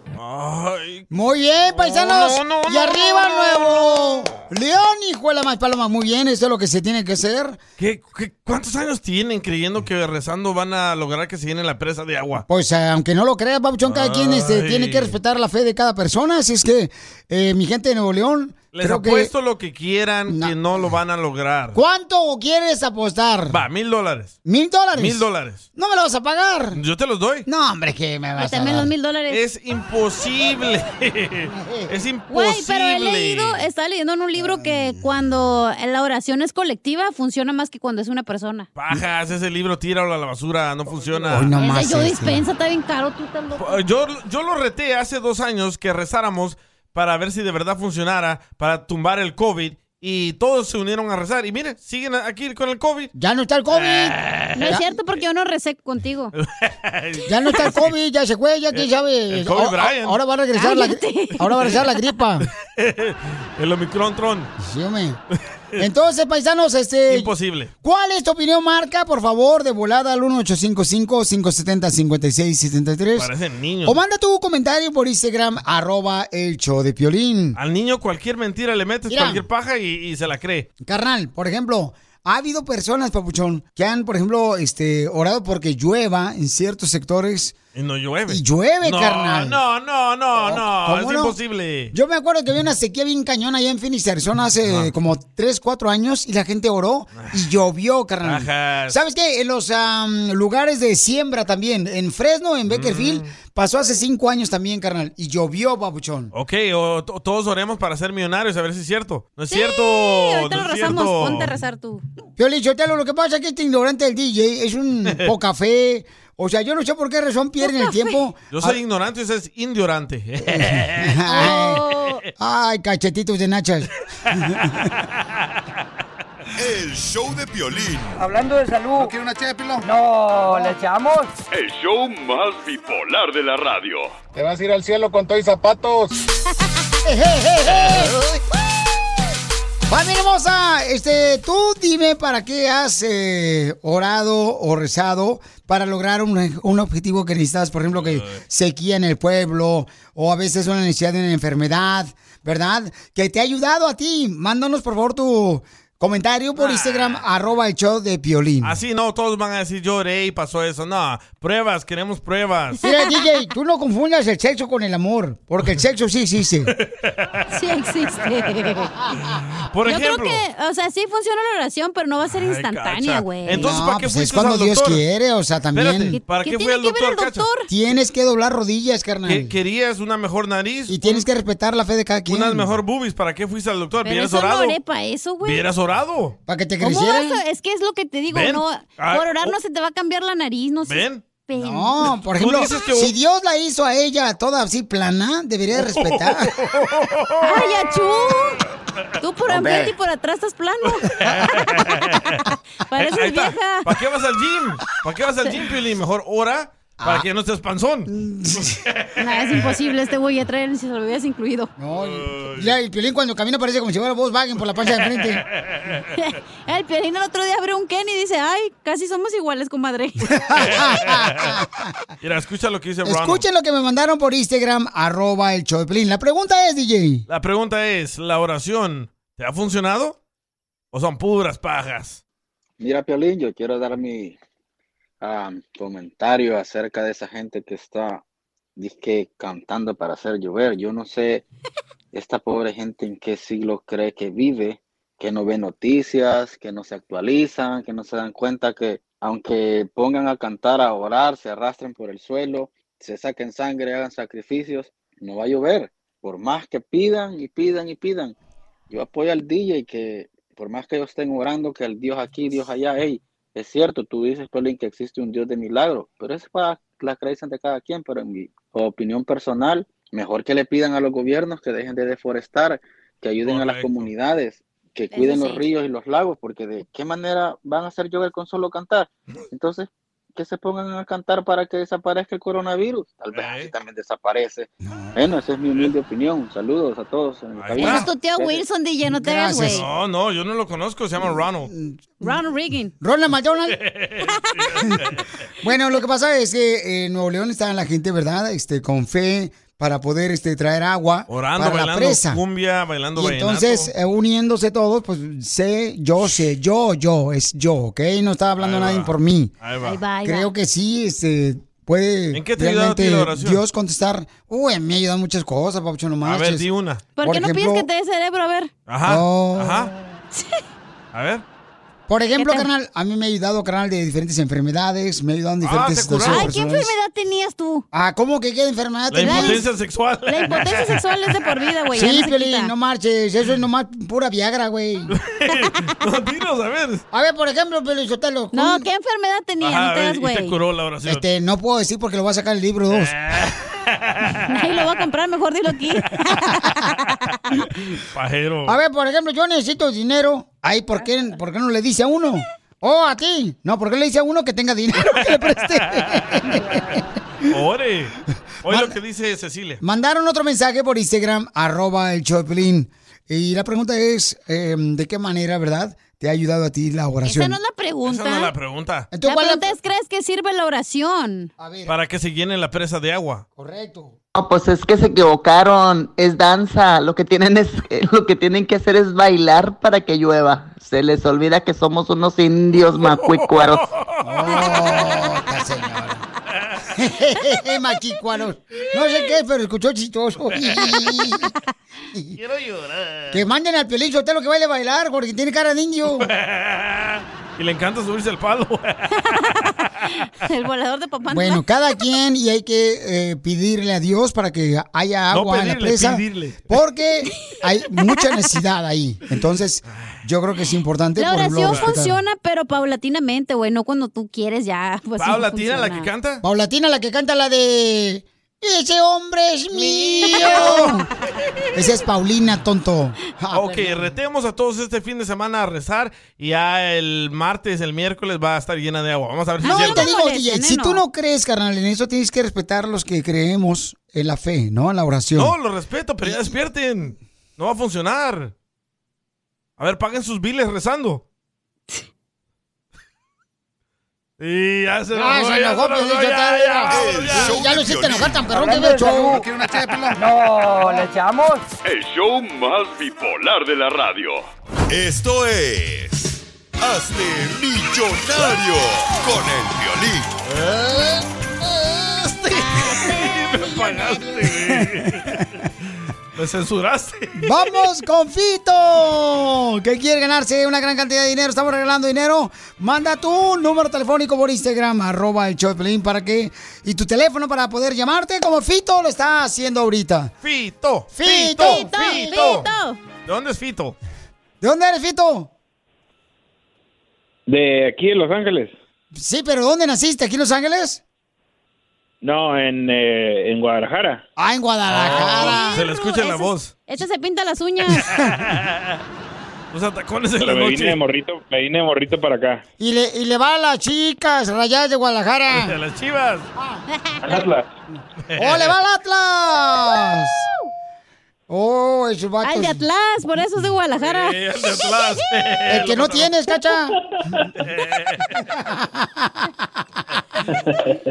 Speaker 2: Muy bien, paisanos.
Speaker 16: No, no, no,
Speaker 2: y arriba
Speaker 16: no,
Speaker 2: nuevo. León, hijo de la más paloma. Muy bien, eso es lo que se tiene que hacer.
Speaker 4: ¿Qué- qué- cuántos años tienen creyendo que rezando van a lograr que se llene la presa de agua?
Speaker 2: Pues eh, aunque no lo creas, Papuchón, cada quien este,
Speaker 4: Ay.
Speaker 2: tiene que respetar la fe de cada persona. Así es que, eh, mi gente de Nuevo León,
Speaker 4: Les
Speaker 2: creo que-
Speaker 4: apuesto lo que quieran que no lo van a lograr.
Speaker 2: ¿Cuánto quieres apostar?
Speaker 4: Va, mil dólares.
Speaker 2: ¿Mil dólares?
Speaker 4: Mil dólares.
Speaker 2: No me lo vas a pagar.
Speaker 4: Yo te los doy.
Speaker 2: No, hombre, que me vas a dar.
Speaker 5: mil dólares.
Speaker 4: Es imposible. es imposible.
Speaker 5: Güey, pero he leído, estaba leyendo en un libro que cuando la oración es colectiva funciona más que cuando es una persona.
Speaker 4: Bajas ese libro, tíralo a la basura, no funciona.
Speaker 5: Ese yo dispensa, está bien caro, tú estás loco.
Speaker 4: Ah, Yo, yo lo reté hace dos años que rezáramos para ver si de verdad funcionara, para tumbar el COVID. Y todos se unieron a rezar. Y mire, siguen aquí con el COVID.
Speaker 2: Ya no está el COVID.
Speaker 4: Ah.
Speaker 5: No es cierto porque yo no recé contigo.
Speaker 2: Ya no está el COVID, ya se fue, ya quién sabe.
Speaker 4: El COVID
Speaker 2: Ahora-
Speaker 4: Eh, Bryant.
Speaker 2: Ahora va a regresar la gri- ahora va a regresar la gripa.
Speaker 4: el Omicron Tron.
Speaker 2: Sí, hombre. Entonces, paisanos, este
Speaker 4: Imposible.
Speaker 2: ¿Cuál es tu opinión, marca? Por favor, de volada al 1855-570-5673.
Speaker 4: Parecen niños.
Speaker 2: O manda tu comentario por Instagram, arroba el show de Piolín.
Speaker 4: Al niño cualquier mentira le metes,
Speaker 2: Mira.
Speaker 4: cualquier paja y, y se la cree.
Speaker 2: Carnal, por ejemplo, ha habido personas, papuchón, que han, por ejemplo, este, orado porque llueva en ciertos sectores.
Speaker 4: Y no llueve.
Speaker 2: Y llueve,
Speaker 4: no,
Speaker 2: carnal. Oh,
Speaker 4: No, no, no, no.
Speaker 2: ¿Cómo
Speaker 4: Es
Speaker 2: no?
Speaker 4: imposible.
Speaker 2: Yo me acuerdo que había una sequía bien cañona allá en Phoenix, Arizona, hace como 3, 4 años y la gente oró y llovió, carnal.
Speaker 4: Ajá.
Speaker 2: ¿Sabes qué? En los am, lugares de siembra también, en Fresno, en
Speaker 4: Mm.
Speaker 2: Beckerfield, pasó hace 5 años también, carnal, y llovió, babuchón.
Speaker 4: Ok, o to- todos oremos para ser millonarios, a ver si es cierto. No es
Speaker 2: Sí,
Speaker 4: cierto.
Speaker 2: ahorita
Speaker 4: no
Speaker 2: lo
Speaker 4: es
Speaker 2: rezamos,
Speaker 4: cierto.
Speaker 2: ponte a
Speaker 5: rezar tú.
Speaker 2: Piolín, Sotelo, lo que pasa es que este ignorante del DJ es un poca fe. O sea, yo no sé por qué razón pierden el tiempo.
Speaker 4: Yo soy
Speaker 2: Ah,
Speaker 4: ignorante y usted es indiorante.
Speaker 2: Ay, Ah, ay, cachetitos de nachas.
Speaker 18: El show de Piolín.
Speaker 7: Hablando de salud. ¿No una No, ¿le echamos?
Speaker 8: El show más bipolar de la radio.
Speaker 19: Te vas a ir al cielo con todos y zapatos.
Speaker 2: Familia hermosa, este, tú dime para qué has eh, orado o rezado para lograr un, un objetivo que necesitas, por ejemplo, que sequía en el pueblo o a veces una necesidad de una enfermedad, ¿verdad? Que te ha ayudado a ti. Mándanos, por favor, tu comentario por Instagram, arroba el show de Piolín.
Speaker 4: Así no, todos van a decir lloré y pasó eso. No, pruebas, queremos pruebas.
Speaker 2: Mira, DJ, tú no confundas el sexo con el amor, porque el sexo sí existe.
Speaker 5: Sí existe.
Speaker 4: Por
Speaker 5: Este. yo creo
Speaker 4: ejemplo.
Speaker 5: que, o sea, sí funciona la oración, pero no va a ser instantánea,
Speaker 4: cacha.
Speaker 5: güey.
Speaker 4: Entonces, ¿para qué
Speaker 2: pues es
Speaker 4: fuiste
Speaker 2: cuando
Speaker 4: al
Speaker 2: Dios
Speaker 4: doctor?
Speaker 2: quiere, o sea, también.
Speaker 4: Espérate, ¿para qué, fue el doctor, Cacha?
Speaker 2: Tienes que doblar rodillas, carnal.
Speaker 4: Que- querías una mejor nariz.
Speaker 2: Y tienes que respetar la fe de cada quien.
Speaker 4: Unas mejor boobies, ¿para qué fuiste al doctor?
Speaker 5: Pero
Speaker 4: ¿Hubieras
Speaker 5: eso no
Speaker 4: orado?
Speaker 5: oré para eso, güey.
Speaker 4: ¿Hubieras orado?
Speaker 2: Para que te
Speaker 5: ¿Cómo vas a- Es que es lo que te digo,
Speaker 4: Ven.
Speaker 5: no,
Speaker 4: Ah,
Speaker 5: por orar
Speaker 4: oh.
Speaker 5: no se te va a cambiar la nariz, no sé.
Speaker 4: Ven.
Speaker 2: No, por ejemplo, si Dios la hizo a ella toda así plana, debería de respetar.
Speaker 5: ¡Ay, achú! Tú por
Speaker 2: Hombre.
Speaker 5: enfrente y por atrás estás plano. Pareces vieja.
Speaker 4: Eh, ¿Para qué vas al gym? ¿Para qué vas al gym, Pili? Mejor ora
Speaker 2: Ah.
Speaker 4: para que no estés panzón.
Speaker 5: No, es imposible, este güey ya trae el hubieras incluido.
Speaker 2: No, Mira, el piolín cuando camina parece como si fuera Volkswagen por la pancha de frente.
Speaker 5: El Piolín el otro día abrió un Ken y dice, ay, casi somos iguales, comadre.
Speaker 4: Mira, escucha lo que dice Ronald.
Speaker 2: Escuchen lo que me mandaron por Instagram, arroba el show de Piolín. La pregunta es, DJ.
Speaker 4: La pregunta es, ¿la oración te ha funcionado? ¿O son puras pajas?
Speaker 9: Mira, Piolín, yo quiero dar mi ah, comentario acerca de esa gente que está, dizque, cantando para hacer llover. Yo no sé esta pobre gente en qué siglo cree que vive, que no ve noticias, que no se actualizan, que no se dan cuenta que aunque pongan a cantar, a orar, se arrastren por el suelo, se saquen sangre, hagan sacrificios, no va a llover. Por más que pidan y pidan y pidan. Yo apoyo al DJ que por más que ellos estén orando que el Dios aquí, Dios allá, hey, es cierto, tú dices, Piolín, que existe un Dios de milagro, pero eso es para las creencias de cada quien, pero en mi opinión personal, mejor que le pidan a los gobiernos que dejen de deforestar, que ayuden a las comunidades, que
Speaker 16: Eso
Speaker 9: cuiden los
Speaker 16: sí.
Speaker 9: ríos y los lagos, porque de qué manera van a hacer llover con solo cantar. Entonces, que se pongan a cantar para que desaparezca el coronavirus. Tal vez así también desaparece. Bueno, esa es mi humilde opinión. Saludos a todos. en la cabina.
Speaker 5: Ese es tu tío
Speaker 9: Gracias.
Speaker 5: Wilson, DJ, no te hagas, güey.
Speaker 4: No, no, yo no lo conozco, se llama
Speaker 2: Mm,
Speaker 4: Ronald.
Speaker 5: Ronald Reagan.
Speaker 2: Ronald McDonald. Bueno, lo que pasa es que eh, en Nuevo León está la gente, ¿verdad? Este, con fe para poder este, traer agua
Speaker 4: Orando,
Speaker 2: para la
Speaker 4: bailando
Speaker 2: presa.
Speaker 4: cumbia, bailando
Speaker 2: Y
Speaker 4: vallenato.
Speaker 2: entonces, eh, uniéndose todos, pues sé, yo sé, yo, yo, es yo, ¿ok? No estaba hablando
Speaker 4: Ahí
Speaker 2: nadie
Speaker 4: va.
Speaker 2: por mí.
Speaker 4: Ahí va.
Speaker 5: Ahí va, ahí va.
Speaker 2: Creo que sí, este, puede
Speaker 4: ¿En qué te ha ayudado a ti la
Speaker 2: realmente
Speaker 4: oración?
Speaker 2: Dios contestar. Uy, me ha ayudado muchas cosas, papucho, no
Speaker 4: A
Speaker 2: marches.
Speaker 4: ver, di una.
Speaker 5: ¿Por, qué no pides que te dé cerebro? A ver.
Speaker 4: Ajá,
Speaker 2: Oh.
Speaker 4: ajá. A ver.
Speaker 2: Por ejemplo,
Speaker 5: ¿Qué te-
Speaker 2: carnal, a mí me ha ayudado, carnal, de diferentes enfermedades, me ha ayudado en diferentes
Speaker 4: Ah, te curó.
Speaker 2: situaciones
Speaker 5: Ay, ¿qué
Speaker 2: personales.
Speaker 5: enfermedad tenías tú?
Speaker 2: Ah, ¿cómo que qué enfermedad
Speaker 4: La impotencia sexual.
Speaker 5: La impotencia sexual es de por vida, güey. ya
Speaker 2: Sí,
Speaker 5: no se
Speaker 2: Piolín,
Speaker 5: quita.
Speaker 2: no marches, eso es nomás pura Viagra, güey.
Speaker 4: a ver.
Speaker 2: A ver, por ejemplo, Piolín Sotelo. No,
Speaker 5: ¿qué enfermedad tenías?
Speaker 4: Ajá, a ver, y te curó la Ah. oración.
Speaker 2: Este, no puedo decir porque lo va a sacar el libro 2.
Speaker 5: Ahí lo va a comprar, mejor dilo aquí.
Speaker 4: Pajero.
Speaker 2: A ver, por ejemplo, yo necesito dinero. Ay, ¿por qué, por qué no le dice a uno? Oh, a ti. No, ¿por qué le dice a uno que tenga dinero que le preste?
Speaker 4: Ore. Oye lo que dice Cecilia.
Speaker 2: Mandaron otro mensaje por Instagram, arroba el Choplin. Y la pregunta es, eh, ¿de qué manera, verdad, te ha ayudado a ti la oración?
Speaker 5: Esa no es la pregunta.
Speaker 4: Esa no es la pregunta.
Speaker 5: la pregunta es, ¿crees que sirve la oración?
Speaker 2: Ah,
Speaker 4: Para que se llene la presa de agua.
Speaker 15: No, pues es que se equivocaron, es danza, lo que tienen es eh, lo que tienen que hacer es bailar para que llueva. Se les olvida que somos unos indios macuicuaros.
Speaker 2: Esta señora. Maquicuaros. No sé qué es, pero escuchó chistoso.
Speaker 7: Quiero llorar.
Speaker 2: que manden al Piolín Sotelo que baile a bailar porque tiene cara de indio.
Speaker 4: y le encanta subirse el palo.
Speaker 5: El volador de papá.
Speaker 2: Bueno, cada quien y hay que eh, pedirle a Dios para que haya
Speaker 4: No
Speaker 2: agua en la
Speaker 4: pedirle,
Speaker 2: presa.
Speaker 4: pedirle.
Speaker 2: Porque hay mucha necesidad ahí. Entonces, yo creo que es importante.
Speaker 5: La
Speaker 2: por ejemplo,
Speaker 5: oración
Speaker 2: respetar.
Speaker 5: funciona, pero paulatinamente, güey, no cuando tú quieres ya. Pues, sí,
Speaker 4: ¿Paulatina
Speaker 5: funciona.
Speaker 4: la que canta?
Speaker 2: Paulatina la que canta la de Ese hombre es mío. Esa es Paulina, tonto. Ah,
Speaker 4: ok, retemos a todos este fin de semana a rezar y ya el martes, el miércoles va a estar llena de agua. Vamos a ver si
Speaker 2: No,
Speaker 4: es
Speaker 2: yo
Speaker 4: cierto.
Speaker 2: te digo,
Speaker 4: ¿eh?
Speaker 2: DJ, si tú no crees, carnal, en eso tienes que respetar los que creemos en la fe, ¿no? En la oración.
Speaker 4: No, lo respeto, pero ya despierten. No va a funcionar. A ver, paguen sus biles rezando. Y ya se
Speaker 7: Ah,
Speaker 4: enojó,
Speaker 7: se
Speaker 4: ya
Speaker 7: enojó,
Speaker 4: se enojó,
Speaker 7: Piolín
Speaker 4: ya,
Speaker 7: Sotelo.
Speaker 4: ya,
Speaker 7: El
Speaker 4: ya.
Speaker 7: show Ya lo de hiciste Piolín. enojar tan perrón que
Speaker 8: Hablando de
Speaker 7: veo, chavo.
Speaker 8: salud,
Speaker 7: No, ¿le echamos?
Speaker 8: El show más bipolar de la radio.
Speaker 6: Esto es. Hazte millonario con el violín.
Speaker 4: Me
Speaker 7: Este.
Speaker 6: ¿Eh?
Speaker 4: pagaste, Me censuraste.
Speaker 2: ¡Vamos con Fito! Que quiere ganarse una gran cantidad de dinero. Estamos regalando dinero. Manda tu número telefónico por Instagram, arroba el Choplin, para que. Y tu teléfono para poder llamarte como Fito lo está haciendo ahorita.
Speaker 4: Fito.
Speaker 2: Fito, Fito, Fito.
Speaker 4: ¿De dónde es Fito?
Speaker 2: ¿De dónde eres, Fito?
Speaker 20: De aquí en Los Ángeles.
Speaker 2: Sí, pero ¿dónde naciste? ¿Aquí en Los Ángeles?
Speaker 20: No, en, eh, en Guadalajara.
Speaker 2: Ah, en Guadalajara.
Speaker 4: Se le escucha la
Speaker 5: ese-
Speaker 4: voz.
Speaker 5: Este Ah, se pinta las uñas.
Speaker 4: Usa tacones en
Speaker 20: Pero
Speaker 4: la
Speaker 20: me vine de
Speaker 4: noche.
Speaker 20: morrito, me vine de morrito para acá.
Speaker 2: Y le, y le va a las chicas rayadas de
Speaker 4: De
Speaker 2: Guadalajara.
Speaker 4: las chivas.
Speaker 2: ¡Oh, le va al Atlas! ¡Oh, esos vatos!
Speaker 5: Al de Atlas, por eso es de Guadalajara.
Speaker 2: Sí, al de Atlas. El que no tienes, cacha.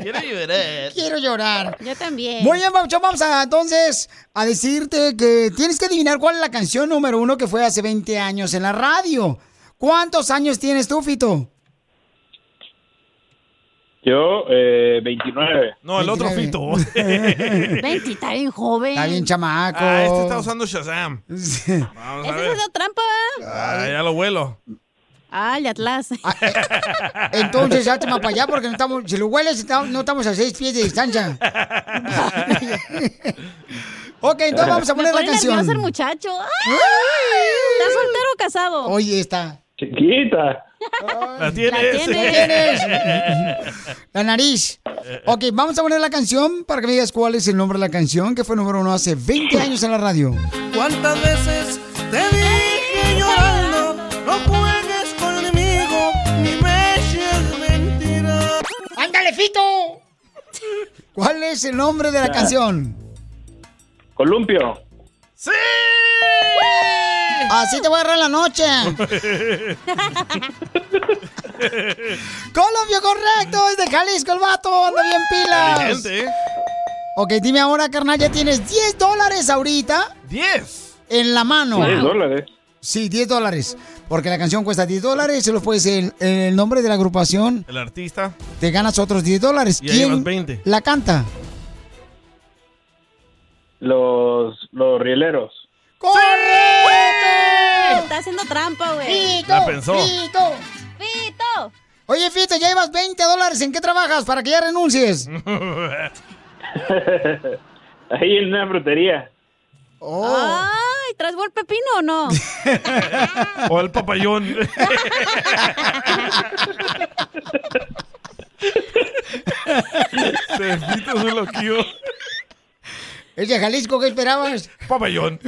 Speaker 4: Quiero llorar.
Speaker 2: Quiero llorar.
Speaker 5: Yo también.
Speaker 2: Muy bien, Papuchón, vamos a, entonces a decirte que tienes que adivinar cuál es la canción número uno que fue hace 20 años en la radio. ¿Cuántos años tienes tú, Fito?
Speaker 20: Yo, eh, 29.
Speaker 4: No, el otro Fito.
Speaker 5: 20, está bien joven.
Speaker 2: Está bien chamaco.
Speaker 4: Ah, este está usando Shazam. Vamos a
Speaker 5: Ese
Speaker 4: ver.
Speaker 5: es de trampa.
Speaker 4: Ah, ya lo vuelo.
Speaker 5: Ah, el de Atlas.
Speaker 2: eh, Entonces, hazte más para allá porque no estamos, si lo hueles, está- no estamos a seis pies de distancia. ok, entonces vamos a poner la
Speaker 5: Me pone nervioso el
Speaker 2: canción.
Speaker 5: muchacho. ¡Ay! ¿Estás soltero o casado?
Speaker 2: Oye, está.
Speaker 20: Chiquita.
Speaker 4: La
Speaker 2: tienes. La La nariz.
Speaker 4: Eh,
Speaker 2: Ok, vamos a poner la canción para que me digas cuál es el nombre de la canción que fue número uno hace 20 años en la radio.
Speaker 7: ¿Cuántas veces te dije llorando? No juegues conmigo, ni me eches mentiras.
Speaker 2: ¡Ándale, Fito! ¿Cuál es el nombre de la
Speaker 20: Ah.
Speaker 2: canción?
Speaker 20: Columpio.
Speaker 4: ¡Sí!
Speaker 2: Así te voy a agarrar la noche. Colombia, correcto. Es de Jalisco el vato. Anda bien pilas.
Speaker 4: Inteligente, ¿eh?
Speaker 2: Ok, dime ahora, carnal, ya tienes 10 dólares ahorita.
Speaker 4: ¡10!
Speaker 2: En la mano.
Speaker 20: 10 dólares.
Speaker 2: Sí, 10 dólares. Porque la canción cuesta 10 dólares. Se los puedes el, el nombre de la agrupación.
Speaker 4: El artista.
Speaker 2: Te ganas otros 10 dólares.
Speaker 4: Y ahí
Speaker 2: ¿Quién
Speaker 4: vas 20.
Speaker 2: la canta?
Speaker 20: Los, los rieleros.
Speaker 5: ¡Correcto! Está haciendo trampa, güey.
Speaker 2: Fito, Fito. Oye, Fito, ya llevas 20 dólares. ¿En qué trabajas para que ya renuncies?
Speaker 20: Ahí en una frutería.
Speaker 2: Oh.
Speaker 5: Ay, ¿traes buen pepino o no?
Speaker 4: O el papayón. Pepito es un loquillo.
Speaker 2: Es de Jalisco, ¿qué esperabas?
Speaker 4: Papayón.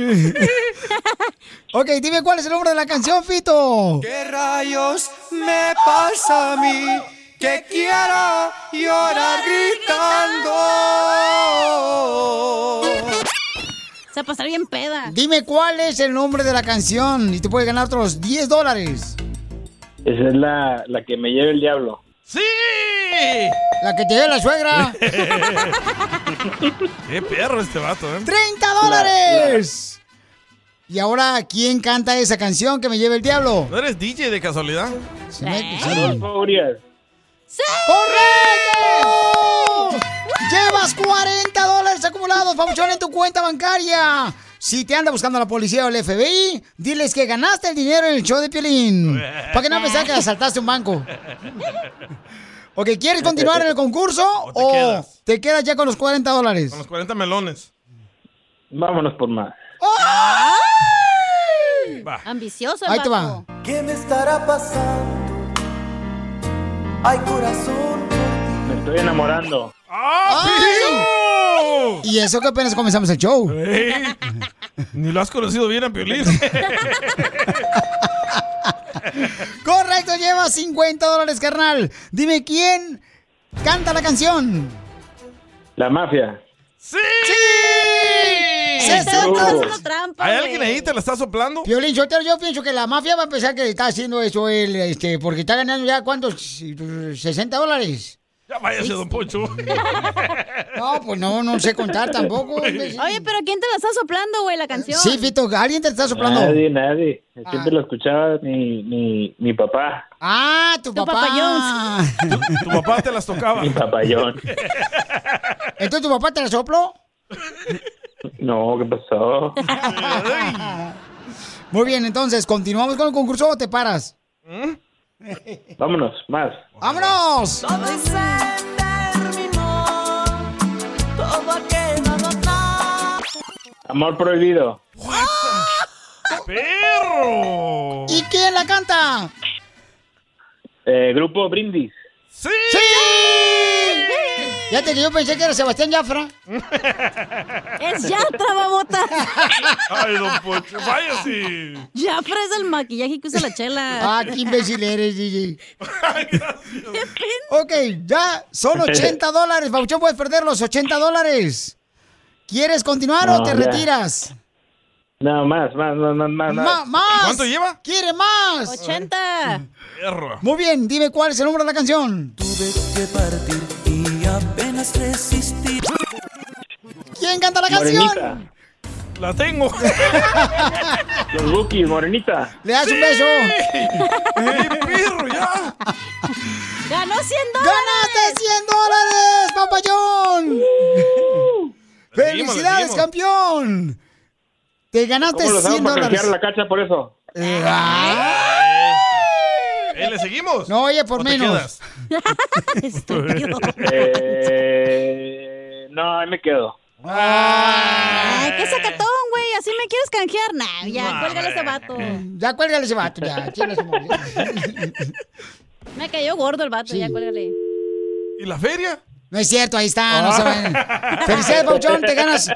Speaker 2: ok, dime cuál es el nombre de la canción, Fito.
Speaker 7: ¿Qué rayos me pasa a mí? Que quiero llorar gritando.
Speaker 5: Se va a pasar bien peda.
Speaker 2: Dime cuál es el nombre de la canción y te puedes ganar otros 10 dólares.
Speaker 20: Esa es la, la que me lleva el diablo.
Speaker 2: ¡Sí! La que te dio la suegra.
Speaker 4: Qué perro este vato, ¿eh?
Speaker 2: ¡30 dólares! Y ahora, ¿quién canta esa canción que me lleva el diablo?
Speaker 4: ¿No eres DJ de casualidad?
Speaker 2: Sí.
Speaker 20: Adolfo Urias.
Speaker 2: ¡Correcto! Llevas 40 dólares acumulados, Pabuchón, en tu cuenta bancaria. Si te anda buscando la policía o el FBI, diles que ganaste el dinero en el show de Piolín. Para que no pensar que asaltaste un banco. Ok, ¿quieres continuar en el concurso o te, quedas? ya con los 40 dólares?
Speaker 4: Con los 40 melones.
Speaker 20: Vámonos por más.
Speaker 5: Ambicioso, el
Speaker 2: Ahí te
Speaker 5: vato.
Speaker 7: ¿Qué me estará pasando? Ay, corazón.
Speaker 20: Me estoy enamorando.
Speaker 2: ¡Ah, ¡Ay! Y eso que apenas comenzamos el show.
Speaker 4: Ey, Ni lo has conocido bien a Piolín.
Speaker 2: Correcto, llevas 50 dólares, carnal. Dime quién canta la canción.
Speaker 20: La mafia.
Speaker 4: ¡Sí!
Speaker 2: Se está haciendo
Speaker 5: trampa.
Speaker 4: ¿Hay alguien ahí? ¿Te la está soplando?
Speaker 2: Violín, yo, yo pienso que la mafia va a pensar que está haciendo eso él, este, porque está ganando ya cuántos, 60 dólares.
Speaker 4: Ya váyase, don Poncho.
Speaker 2: No, pues no, no sé contar tampoco. hombre.
Speaker 5: Oye, pero ¿quién te la está soplando, güey, la canción?
Speaker 2: Sí, Fito, alguien te está soplando.
Speaker 20: Nadie, nadie. Siempre lo escuchaba mi, mi, mi papá.
Speaker 2: Ah, tu, papá.
Speaker 4: Tu papá te las tocaba.
Speaker 20: Mi papayón.
Speaker 2: Entonces tu papá te la sopló.
Speaker 20: No, ¿qué pasó?
Speaker 2: Muy bien, entonces, ¿continuamos con el concurso o te paras?
Speaker 20: Vámonos, más.
Speaker 2: ¡Vámonos!
Speaker 7: Todo se terminó. Todo ha quedado atrás.
Speaker 20: Amor prohibido.
Speaker 4: ¡Perro!
Speaker 2: ¿Y quién la canta?
Speaker 20: Eh, grupo Brindis.
Speaker 4: ¡Sí!
Speaker 2: ¡Sí! Ya te que yo pensé que era Sebastián Yafra.
Speaker 5: Es Yatra, babota.
Speaker 4: Ay, don Poncho, váyase.
Speaker 5: Yatra es el maquillaje que usa la chela.
Speaker 2: Ah, qué imbécil eres, DJ. ok, ya son 80 dólares. Pauchón, puedes perder los 80 dólares. ¿Quieres continuar o
Speaker 20: No,
Speaker 2: te
Speaker 20: ya.
Speaker 2: retiras?
Speaker 20: No, más, más, más, más, más.
Speaker 2: Ma- ¡Más!
Speaker 20: ¿Cuánto lleva?
Speaker 2: ¿Quiere más?
Speaker 5: 80.
Speaker 4: Perro.
Speaker 2: Muy bien, dime cuál es el nombre de la canción.
Speaker 7: Y apenas resistí.
Speaker 2: ¿Quién canta la canción?
Speaker 20: Morenita.
Speaker 4: La tengo.
Speaker 20: Los Bookies, Morenita.
Speaker 2: Le das un
Speaker 7: Sí.
Speaker 2: beso.
Speaker 4: perro, ya!
Speaker 5: ¡Ganó 100
Speaker 2: ¡Ganaste 100 dólares, papayón! ¡Felicidades,
Speaker 20: ¡Uh! seguimos.
Speaker 2: campeón! Te ganaste
Speaker 20: ¿Cómo los hago
Speaker 2: 100
Speaker 20: para
Speaker 2: dólares.
Speaker 20: canjear la cacha por eso?
Speaker 2: Eh, ah.
Speaker 4: ¿Eh, ¿Le seguimos?
Speaker 2: No, oye, por
Speaker 4: ¿O te
Speaker 2: menos.
Speaker 4: quedas?
Speaker 20: Eh, no, ahí me quedo.
Speaker 5: Ay, qué sacatón, güey. Así me quieres canjear. Nah, ya,
Speaker 20: No,
Speaker 5: cuélgale a ese
Speaker 20: hombre.
Speaker 5: vato.
Speaker 2: Ya cuélgale ese vato, ya. chinga su madre.
Speaker 5: Me cayó gordo el vato, ya cuélgale.
Speaker 4: ¿Y la feria?
Speaker 2: No es cierto, ahí está. No
Speaker 4: Ah.
Speaker 2: se vayan. Felicidades, Pauchón, te ganas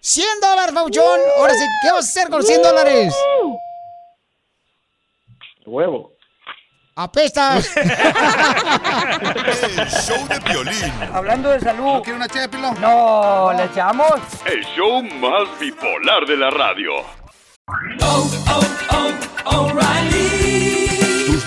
Speaker 2: 100 dólares, Pauchón. Ahora sí, ¿qué vas a hacer con
Speaker 4: ¡Uh!
Speaker 2: 100 dólares?
Speaker 20: Huevo.
Speaker 2: Apestas.
Speaker 6: Show de violín.
Speaker 9: Hablando de salud. ¿No quiere una ché de pilón? No, ¿le echamos?
Speaker 8: El show más bipolar de la radio.
Speaker 7: O'Reilly.
Speaker 21: Los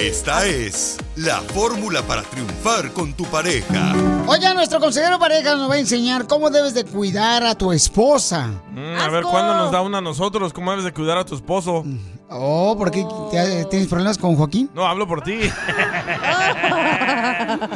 Speaker 6: Esta es la fórmula para triunfar con tu pareja.
Speaker 2: Oiga, nuestro consejero pareja nos va a enseñar cómo debes de cuidar a tu esposa.
Speaker 4: Mm, a ver cuándo nos da una a nosotros, cómo debes de cuidar a tu esposo.
Speaker 2: Oh, ¿por qué te- tienes problemas con Joaquín?
Speaker 4: No, hablo por ti. Ya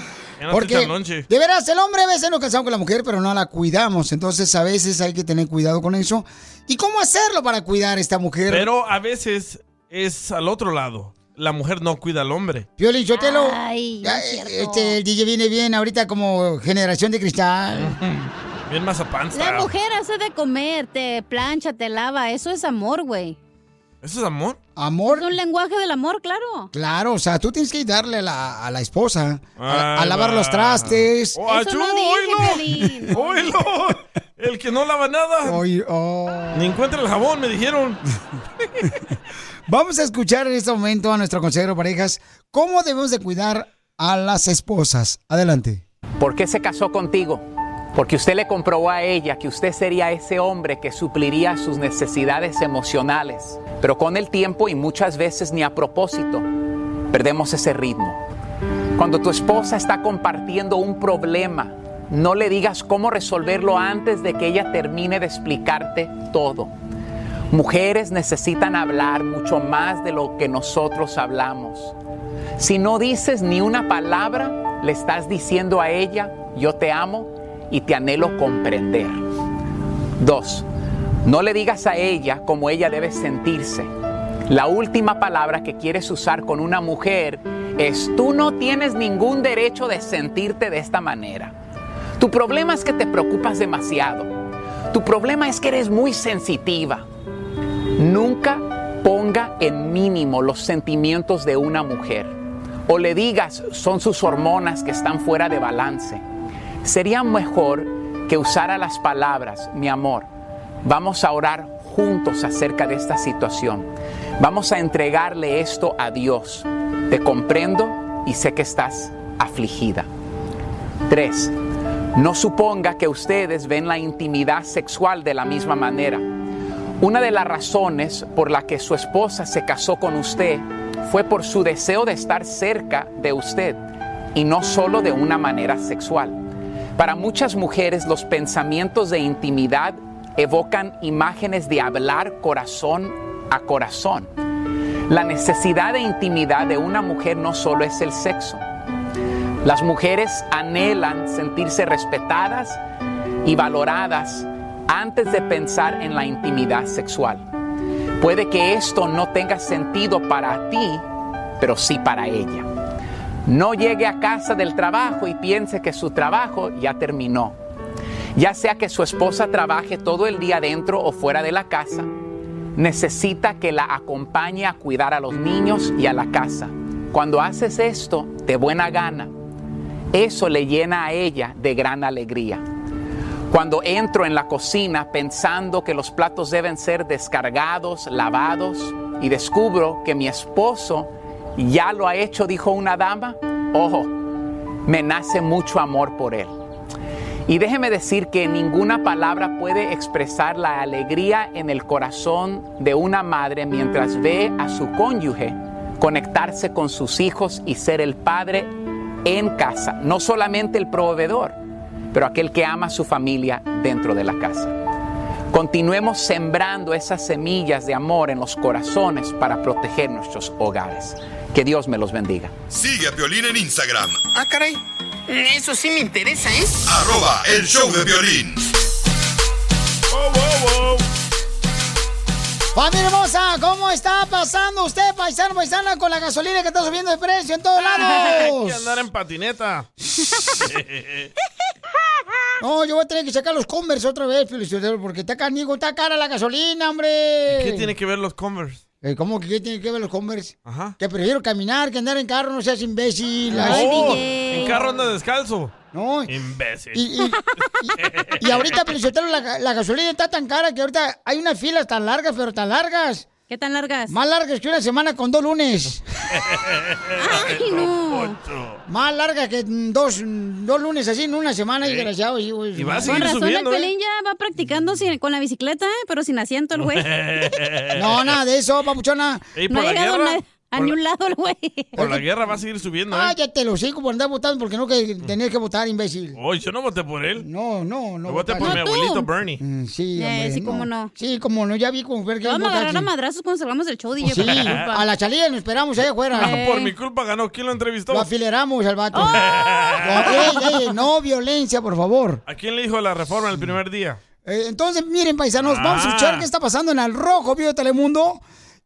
Speaker 4: no te
Speaker 2: Porque
Speaker 4: echan lonche.
Speaker 2: de veras el hombre a veces nos casamos con la mujer, pero no la cuidamos. Entonces a veces hay que tener cuidado con eso. ¿Y cómo hacerlo para cuidar a esta mujer?
Speaker 4: Pero a veces es al otro lado. La mujer no cuida al hombre.
Speaker 2: Piolín, yo te lo... Ya, este, el DJ viene bien ahorita como generación de cristal.
Speaker 4: Bien mazapán.
Speaker 5: La
Speaker 4: style.
Speaker 5: mujer hace de comer, te plancha, te lava. Eso es amor, güey.
Speaker 4: ¿Eso es amor?
Speaker 2: Amor.
Speaker 5: Es un lenguaje del amor, claro.
Speaker 2: Claro, o sea, tú tienes que darle a la, a la esposa a, a
Speaker 4: Ahí
Speaker 2: lavar
Speaker 4: va.
Speaker 2: los trastes.
Speaker 4: Oh, Eso ayú, no dije, oílo. Oílo. El que no lava nada.
Speaker 2: oh.
Speaker 4: Ni encuentra el jabón, me dijeron.
Speaker 2: Vamos a escuchar en este momento a nuestro consejero parejas cómo debemos de cuidar a las esposas. Adelante.
Speaker 22: ¿Por qué se casó contigo? Porque usted le comprobó a ella que usted sería ese hombre que supliría sus necesidades emocionales. Pero con el tiempo y muchas veces ni a propósito, perdemos ese ritmo. Cuando tu esposa está compartiendo un problema, no le digas cómo resolverlo antes de que ella termine de explicarte todo. Mujeres necesitan hablar mucho más de lo que nosotros hablamos. Si no dices ni una palabra, le estás diciendo a ella, yo te amo y te anhelo comprender. Dos, no le digas a ella cómo ella debe sentirse. La última palabra que quieres usar con una mujer es, tú no tienes ningún derecho de sentirte de esta manera. Tu problema es que te preocupas demasiado. Tu problema es que eres muy sensitiva. Nunca ponga en mínimo los sentimientos de una mujer. O le digas, son sus hormonas que están fuera de balance. Sería mejor que usara las palabras, mi amor, vamos a orar juntos acerca de esta situación. Vamos a entregarle esto a Dios. Te comprendo y sé que estás afligida. 3. No suponga que ustedes ven la intimidad sexual de la misma manera. Una de las razones por la que su esposa se casó con usted fue por su deseo de estar cerca de usted y no solo de una manera sexual. Para muchas mujeres los pensamientos de intimidad evocan imágenes de hablar corazón a corazón. La necesidad de intimidad de una mujer no solo es el sexo.
Speaker 23: Ah,
Speaker 22: Las mujeres anhelan sentirse respetadas y valoradas antes de pensar en la intimidad sexual. Puede que esto no tenga sentido para ti, pero sí para ella. No llegue a casa del trabajo y piense que su trabajo ya terminó. Ya sea que su esposa trabaje todo el día dentro o fuera de la casa, necesita que la acompañe a cuidar a los niños y a la casa. Cuando haces esto de buena gana, eso le llena a ella de gran alegría. Cuando entro en la cocina pensando que los platos deben ser descargados, lavados, y descubro que mi esposo ya lo ha hecho, dijo una dama, ojo, me nace mucho amor por él. Y déjeme decir que ninguna palabra puede expresar la alegría en el corazón de una madre mientras ve a su cónyuge conectarse con sus hijos y ser el padre en casa, no solamente el proveedor, pero aquel que ama a su familia dentro de la casa. Continuemos sembrando esas semillas de amor en los corazones para proteger nuestros hogares. Que Dios me los bendiga.
Speaker 6: Sigue a Piolín en Instagram,
Speaker 7: Ah, caray.
Speaker 23: Eso sí me interesa, ¿eh?
Speaker 6: Arroba el show de violín.
Speaker 2: Familia hermosa, ¿cómo está pasando usted, paisano, paisana, con la gasolina que está subiendo de precio en todos
Speaker 4: Hay que
Speaker 2: lados?
Speaker 4: andar en patineta.
Speaker 2: No, yo voy a tener que sacar los Converse otra vez, Felicitero, porque está canigo, está cara la gasolina, hombre.
Speaker 4: ¿Qué tiene que ver los Converse?
Speaker 2: Eh, ¿Cómo que qué tiene que ver los Converse? Que prefiero caminar que andar en carro, no seas imbécil.
Speaker 4: Oh,
Speaker 2: DJ.
Speaker 4: en carro anda descalzo.
Speaker 2: No.
Speaker 4: Imbécil.
Speaker 2: Y, y- y ahorita, Felicitero, la, ga- la gasolina está tan cara que ahorita hay unas filas tan largas, pero tan largas.
Speaker 5: ¿Qué tan largas?
Speaker 2: Más largas que una semana con dos lunes.
Speaker 5: Ay, no.
Speaker 2: Más largas que mm, dos, mm, dos lunes así en una semana, desgraciado. así, güey.
Speaker 5: Con razón, el Pelín ya va practicando sin- con la bicicleta, ¿eh? pero sin asiento el güey.
Speaker 2: No, nada de eso, papuchona.
Speaker 4: Ey, por la guerra,
Speaker 5: na- a
Speaker 4: por
Speaker 5: ni
Speaker 4: la-
Speaker 5: un lado el güey.
Speaker 4: Por la guerra va a seguir subiendo, ¿eh?
Speaker 2: Cállate los cinco por andar votando porque no que tenías que votar, imbécil.
Speaker 4: Oh, yo no voté por él.
Speaker 2: No, no, no.
Speaker 4: Yo voté por
Speaker 2: votaste.
Speaker 4: mi abuelito Bernie.
Speaker 2: Sí,
Speaker 5: Eh,
Speaker 2: hombre,
Speaker 5: sí, cómo no.
Speaker 2: Sí, cómo no, ya vi cómo ver que
Speaker 5: Vamos a agarrar
Speaker 2: votaste.
Speaker 5: a madrazos cuando salgamos del show, DJ.
Speaker 2: Sí,
Speaker 5: por tu culpa.
Speaker 2: a la salida nos esperamos allá
Speaker 5: Eh.
Speaker 2: afuera.
Speaker 4: Ah, Por mi culpa ganó. ¿Quién lo entrevistó? Ah.
Speaker 2: Lo afileramos al vato.
Speaker 5: ¡Oh!
Speaker 2: No, ey, ey, no violencia, por favor.
Speaker 4: ¿A quién le dijo la reforma el primer día?
Speaker 2: Eh, entonces, miren, paisanos, vamos a
Speaker 4: Ah.
Speaker 2: escuchar qué está pasando en el rojo vivo de Telemundo.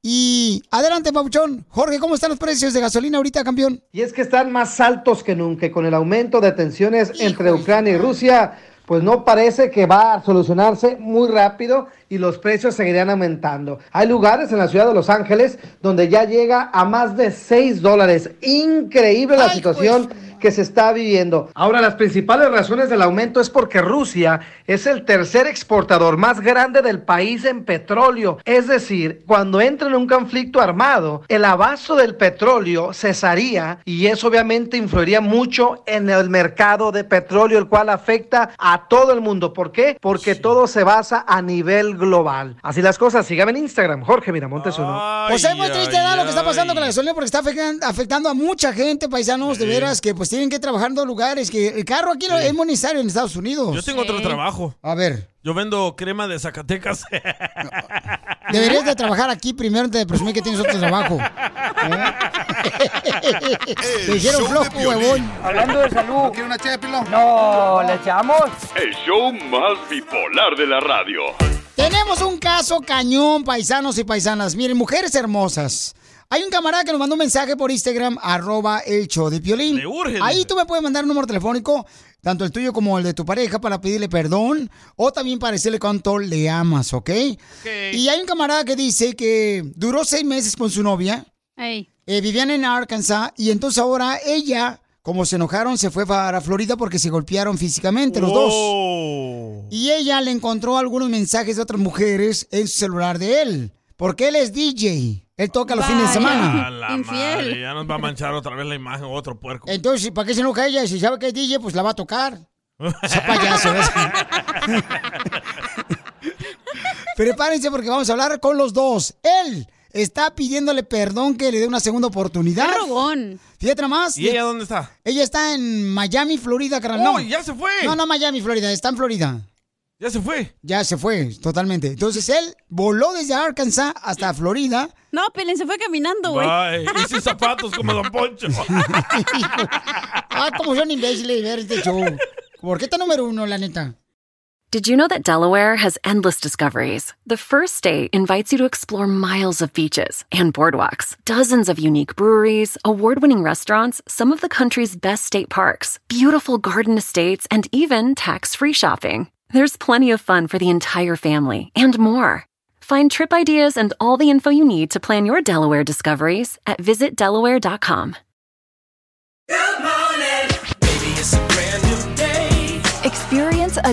Speaker 2: Y adelante, Pabuchón. Jorge, ¿cómo están los precios de gasolina ahorita, campeón?
Speaker 16: Y es que están más altos que nunca y con el aumento de tensiones entre Ucrania y Rusia, pues no parece que va a solucionarse muy rápido y los precios seguirán aumentando. Hay lugares en la ciudad de Los Ángeles donde ya llega a más de 6 dólares. Increíble la situación que se está viviendo. Ahora, las principales razones del aumento es porque Rusia es el tercer exportador más grande del país en petróleo. Es decir, cuando entra en un conflicto armado, el abasto del petróleo cesaría y eso obviamente influiría mucho en el mercado de petróleo, el cual afecta a todo el mundo. ¿Por qué? Porque todo se basa a nivel global. Así las cosas, síganme en Instagram, Jorge Miramontes uno.
Speaker 2: Pues es muy triste ¿verdad? lo que está pasando con la gasolina porque está afectan- afectando a mucha gente, paisanos, de veras, que pues tienen que trabajar en dos lugares, que el carro aquí lo- es monetario en Estados Unidos.
Speaker 4: Yo tengo otro trabajo.
Speaker 2: A ver.
Speaker 4: Yo vendo crema de Zacatecas.
Speaker 2: Deberías de trabajar aquí primero antes de presumir que tienes otro trabajo. Te dijeron flojo, huevón.
Speaker 24: Hablando de salud. ¿Quiere una ché, No, ¿le echamos?
Speaker 8: El show más bipolar de la radio.
Speaker 2: Tenemos un caso cañón, paisanos y paisanas. Miren, mujeres hermosas. Hay un camarada que nos mandó un mensaje por Instagram, arroba el show de Piolín. Ahí tú me puedes mandar un número telefónico, tanto el tuyo como el de tu pareja, para pedirle perdón o también para decirle cuánto le amas, ¿ok? Y hay un camarada que dice que duró seis meses con su novia,
Speaker 5: Ey.
Speaker 2: eh, vivían en Arkansas y entonces ahora ella, como se enojaron, se fue para Florida porque se golpearon físicamente los dos. Y ella le encontró algunos mensajes de otras mujeres en su celular de él, porque él es DJ, él toca los fines de
Speaker 4: A
Speaker 2: semana.
Speaker 4: la madre, ya nos va a manchar otra vez la imagen, otro puerco.
Speaker 2: Entonces, ¿para qué se enoja ella? Si sabe que es DJ, pues la va a tocar. Esa payaso, ¿ves? Prepárense porque vamos a hablar con los dos. Él está pidiéndole perdón que le dé una segunda oportunidad. Fíjate nomás.
Speaker 4: ¿Y ella dónde está?
Speaker 2: Ella está en Miami, Florida, carnal.
Speaker 4: ¡Oh,
Speaker 2: No.
Speaker 4: ya se fue!
Speaker 2: No, no Miami, Florida, está en Florida.
Speaker 4: Ya se fue.
Speaker 2: Ya se fue, totalmente. Entonces él voló desde Arkansas hasta Florida.
Speaker 5: No, Pelín se fue caminando, güey.
Speaker 4: Bye. Y sin zapatos como Don Poncho.
Speaker 2: ah, como son imbéciles ver este show. ¿Por qué está número uno, la neta?
Speaker 25: Did you know that Delaware has endless discoveries? The first state invites you to explore miles of beaches and boardwalks, dozens of unique breweries, award winning restaurants, some of the country's best state parks, beautiful garden estates, and even tax free shopping. There's plenty of fun for the entire family and more. Find trip ideas and all the info you need to plan your Delaware discoveries at visitdelaware.com.
Speaker 26: Experience a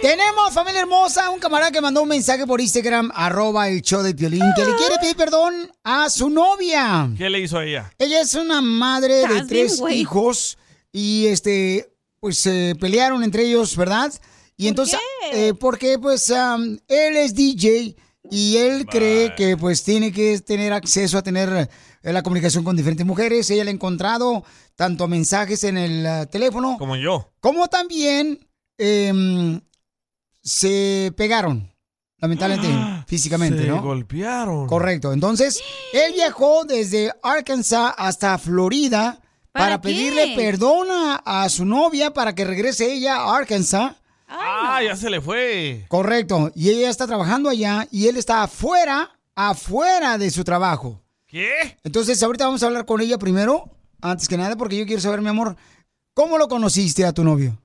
Speaker 2: Tenemos familia hermosa, un camarada que mandó un mensaje por Instagram, arroba el show de Piolín, que le quiere pedir perdón a su novia.
Speaker 4: ¿Qué le hizo a ella?
Speaker 2: Ella es una madre de
Speaker 4: Estás
Speaker 2: tres
Speaker 4: bien, güey.
Speaker 2: hijos y este, pues se pelearon entre ellos, ¿verdad? Y entonces, eh, porque pues am, él es DJ y él cree que pues tiene que tener acceso a tener eh, la comunicación con diferentes mujeres. Ella le ha encontrado tanto mensajes en el eh, teléfono.
Speaker 4: Como yo.
Speaker 2: Como también em, se pegaron, lamentablemente, físicamente,
Speaker 4: Ah, se
Speaker 2: ¿no?
Speaker 4: golpearon.
Speaker 2: Correcto. Entonces, él viajó desde Arkansas hasta Florida
Speaker 4: ¿Para
Speaker 2: para,
Speaker 4: qué?
Speaker 2: pedirle perdón a- a su novia para que regrese ella a Arkansas.
Speaker 4: Ah, ya se le fue.
Speaker 2: Correcto. Y ella está trabajando allá y él está afuera, afuera de su trabajo.
Speaker 4: ¿Qué?
Speaker 2: Entonces, ahorita vamos a hablar con ella primero, antes que nada, porque yo quiero saber, mi amor, ¿cómo lo conociste a tu novio?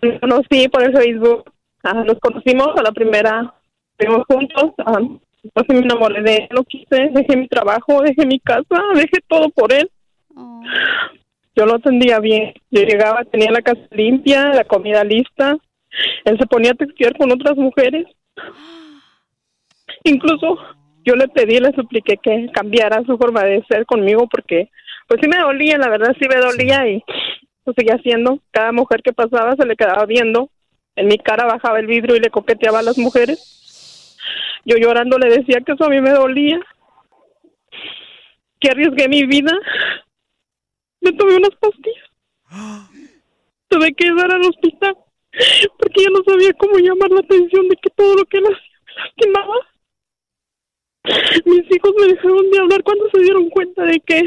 Speaker 27: Lo conocí por el Facebook. Ajá, nos conocimos a la primera. Estuvimos juntos. ajá. Entonces me enamoré de él. Lo quise. Dejé mi trabajo, dejé mi casa, dejé todo por él. Yo lo atendía bien. Yo llegaba, tenía la casa limpia, la comida lista. Él se ponía a textear con otras mujeres. Incluso yo le pedí, le supliqué que cambiara su forma de ser conmigo porque pues sí me dolía, la verdad sí me dolía y lo seguía haciendo. Cada mujer que pasaba se le quedaba viendo. En mi cara bajaba el vidrio y le coqueteaba a las mujeres. Yo llorando le decía que eso a mí me dolía, que arriesgué mi vida. Me tomé unas pastillas. Tuve que dar al hospital porque yo no sabía cómo llamar la atención de que todo lo que él hacía me lastimaba. Mis hijos me dejaron de hablar cuando se dieron cuenta de que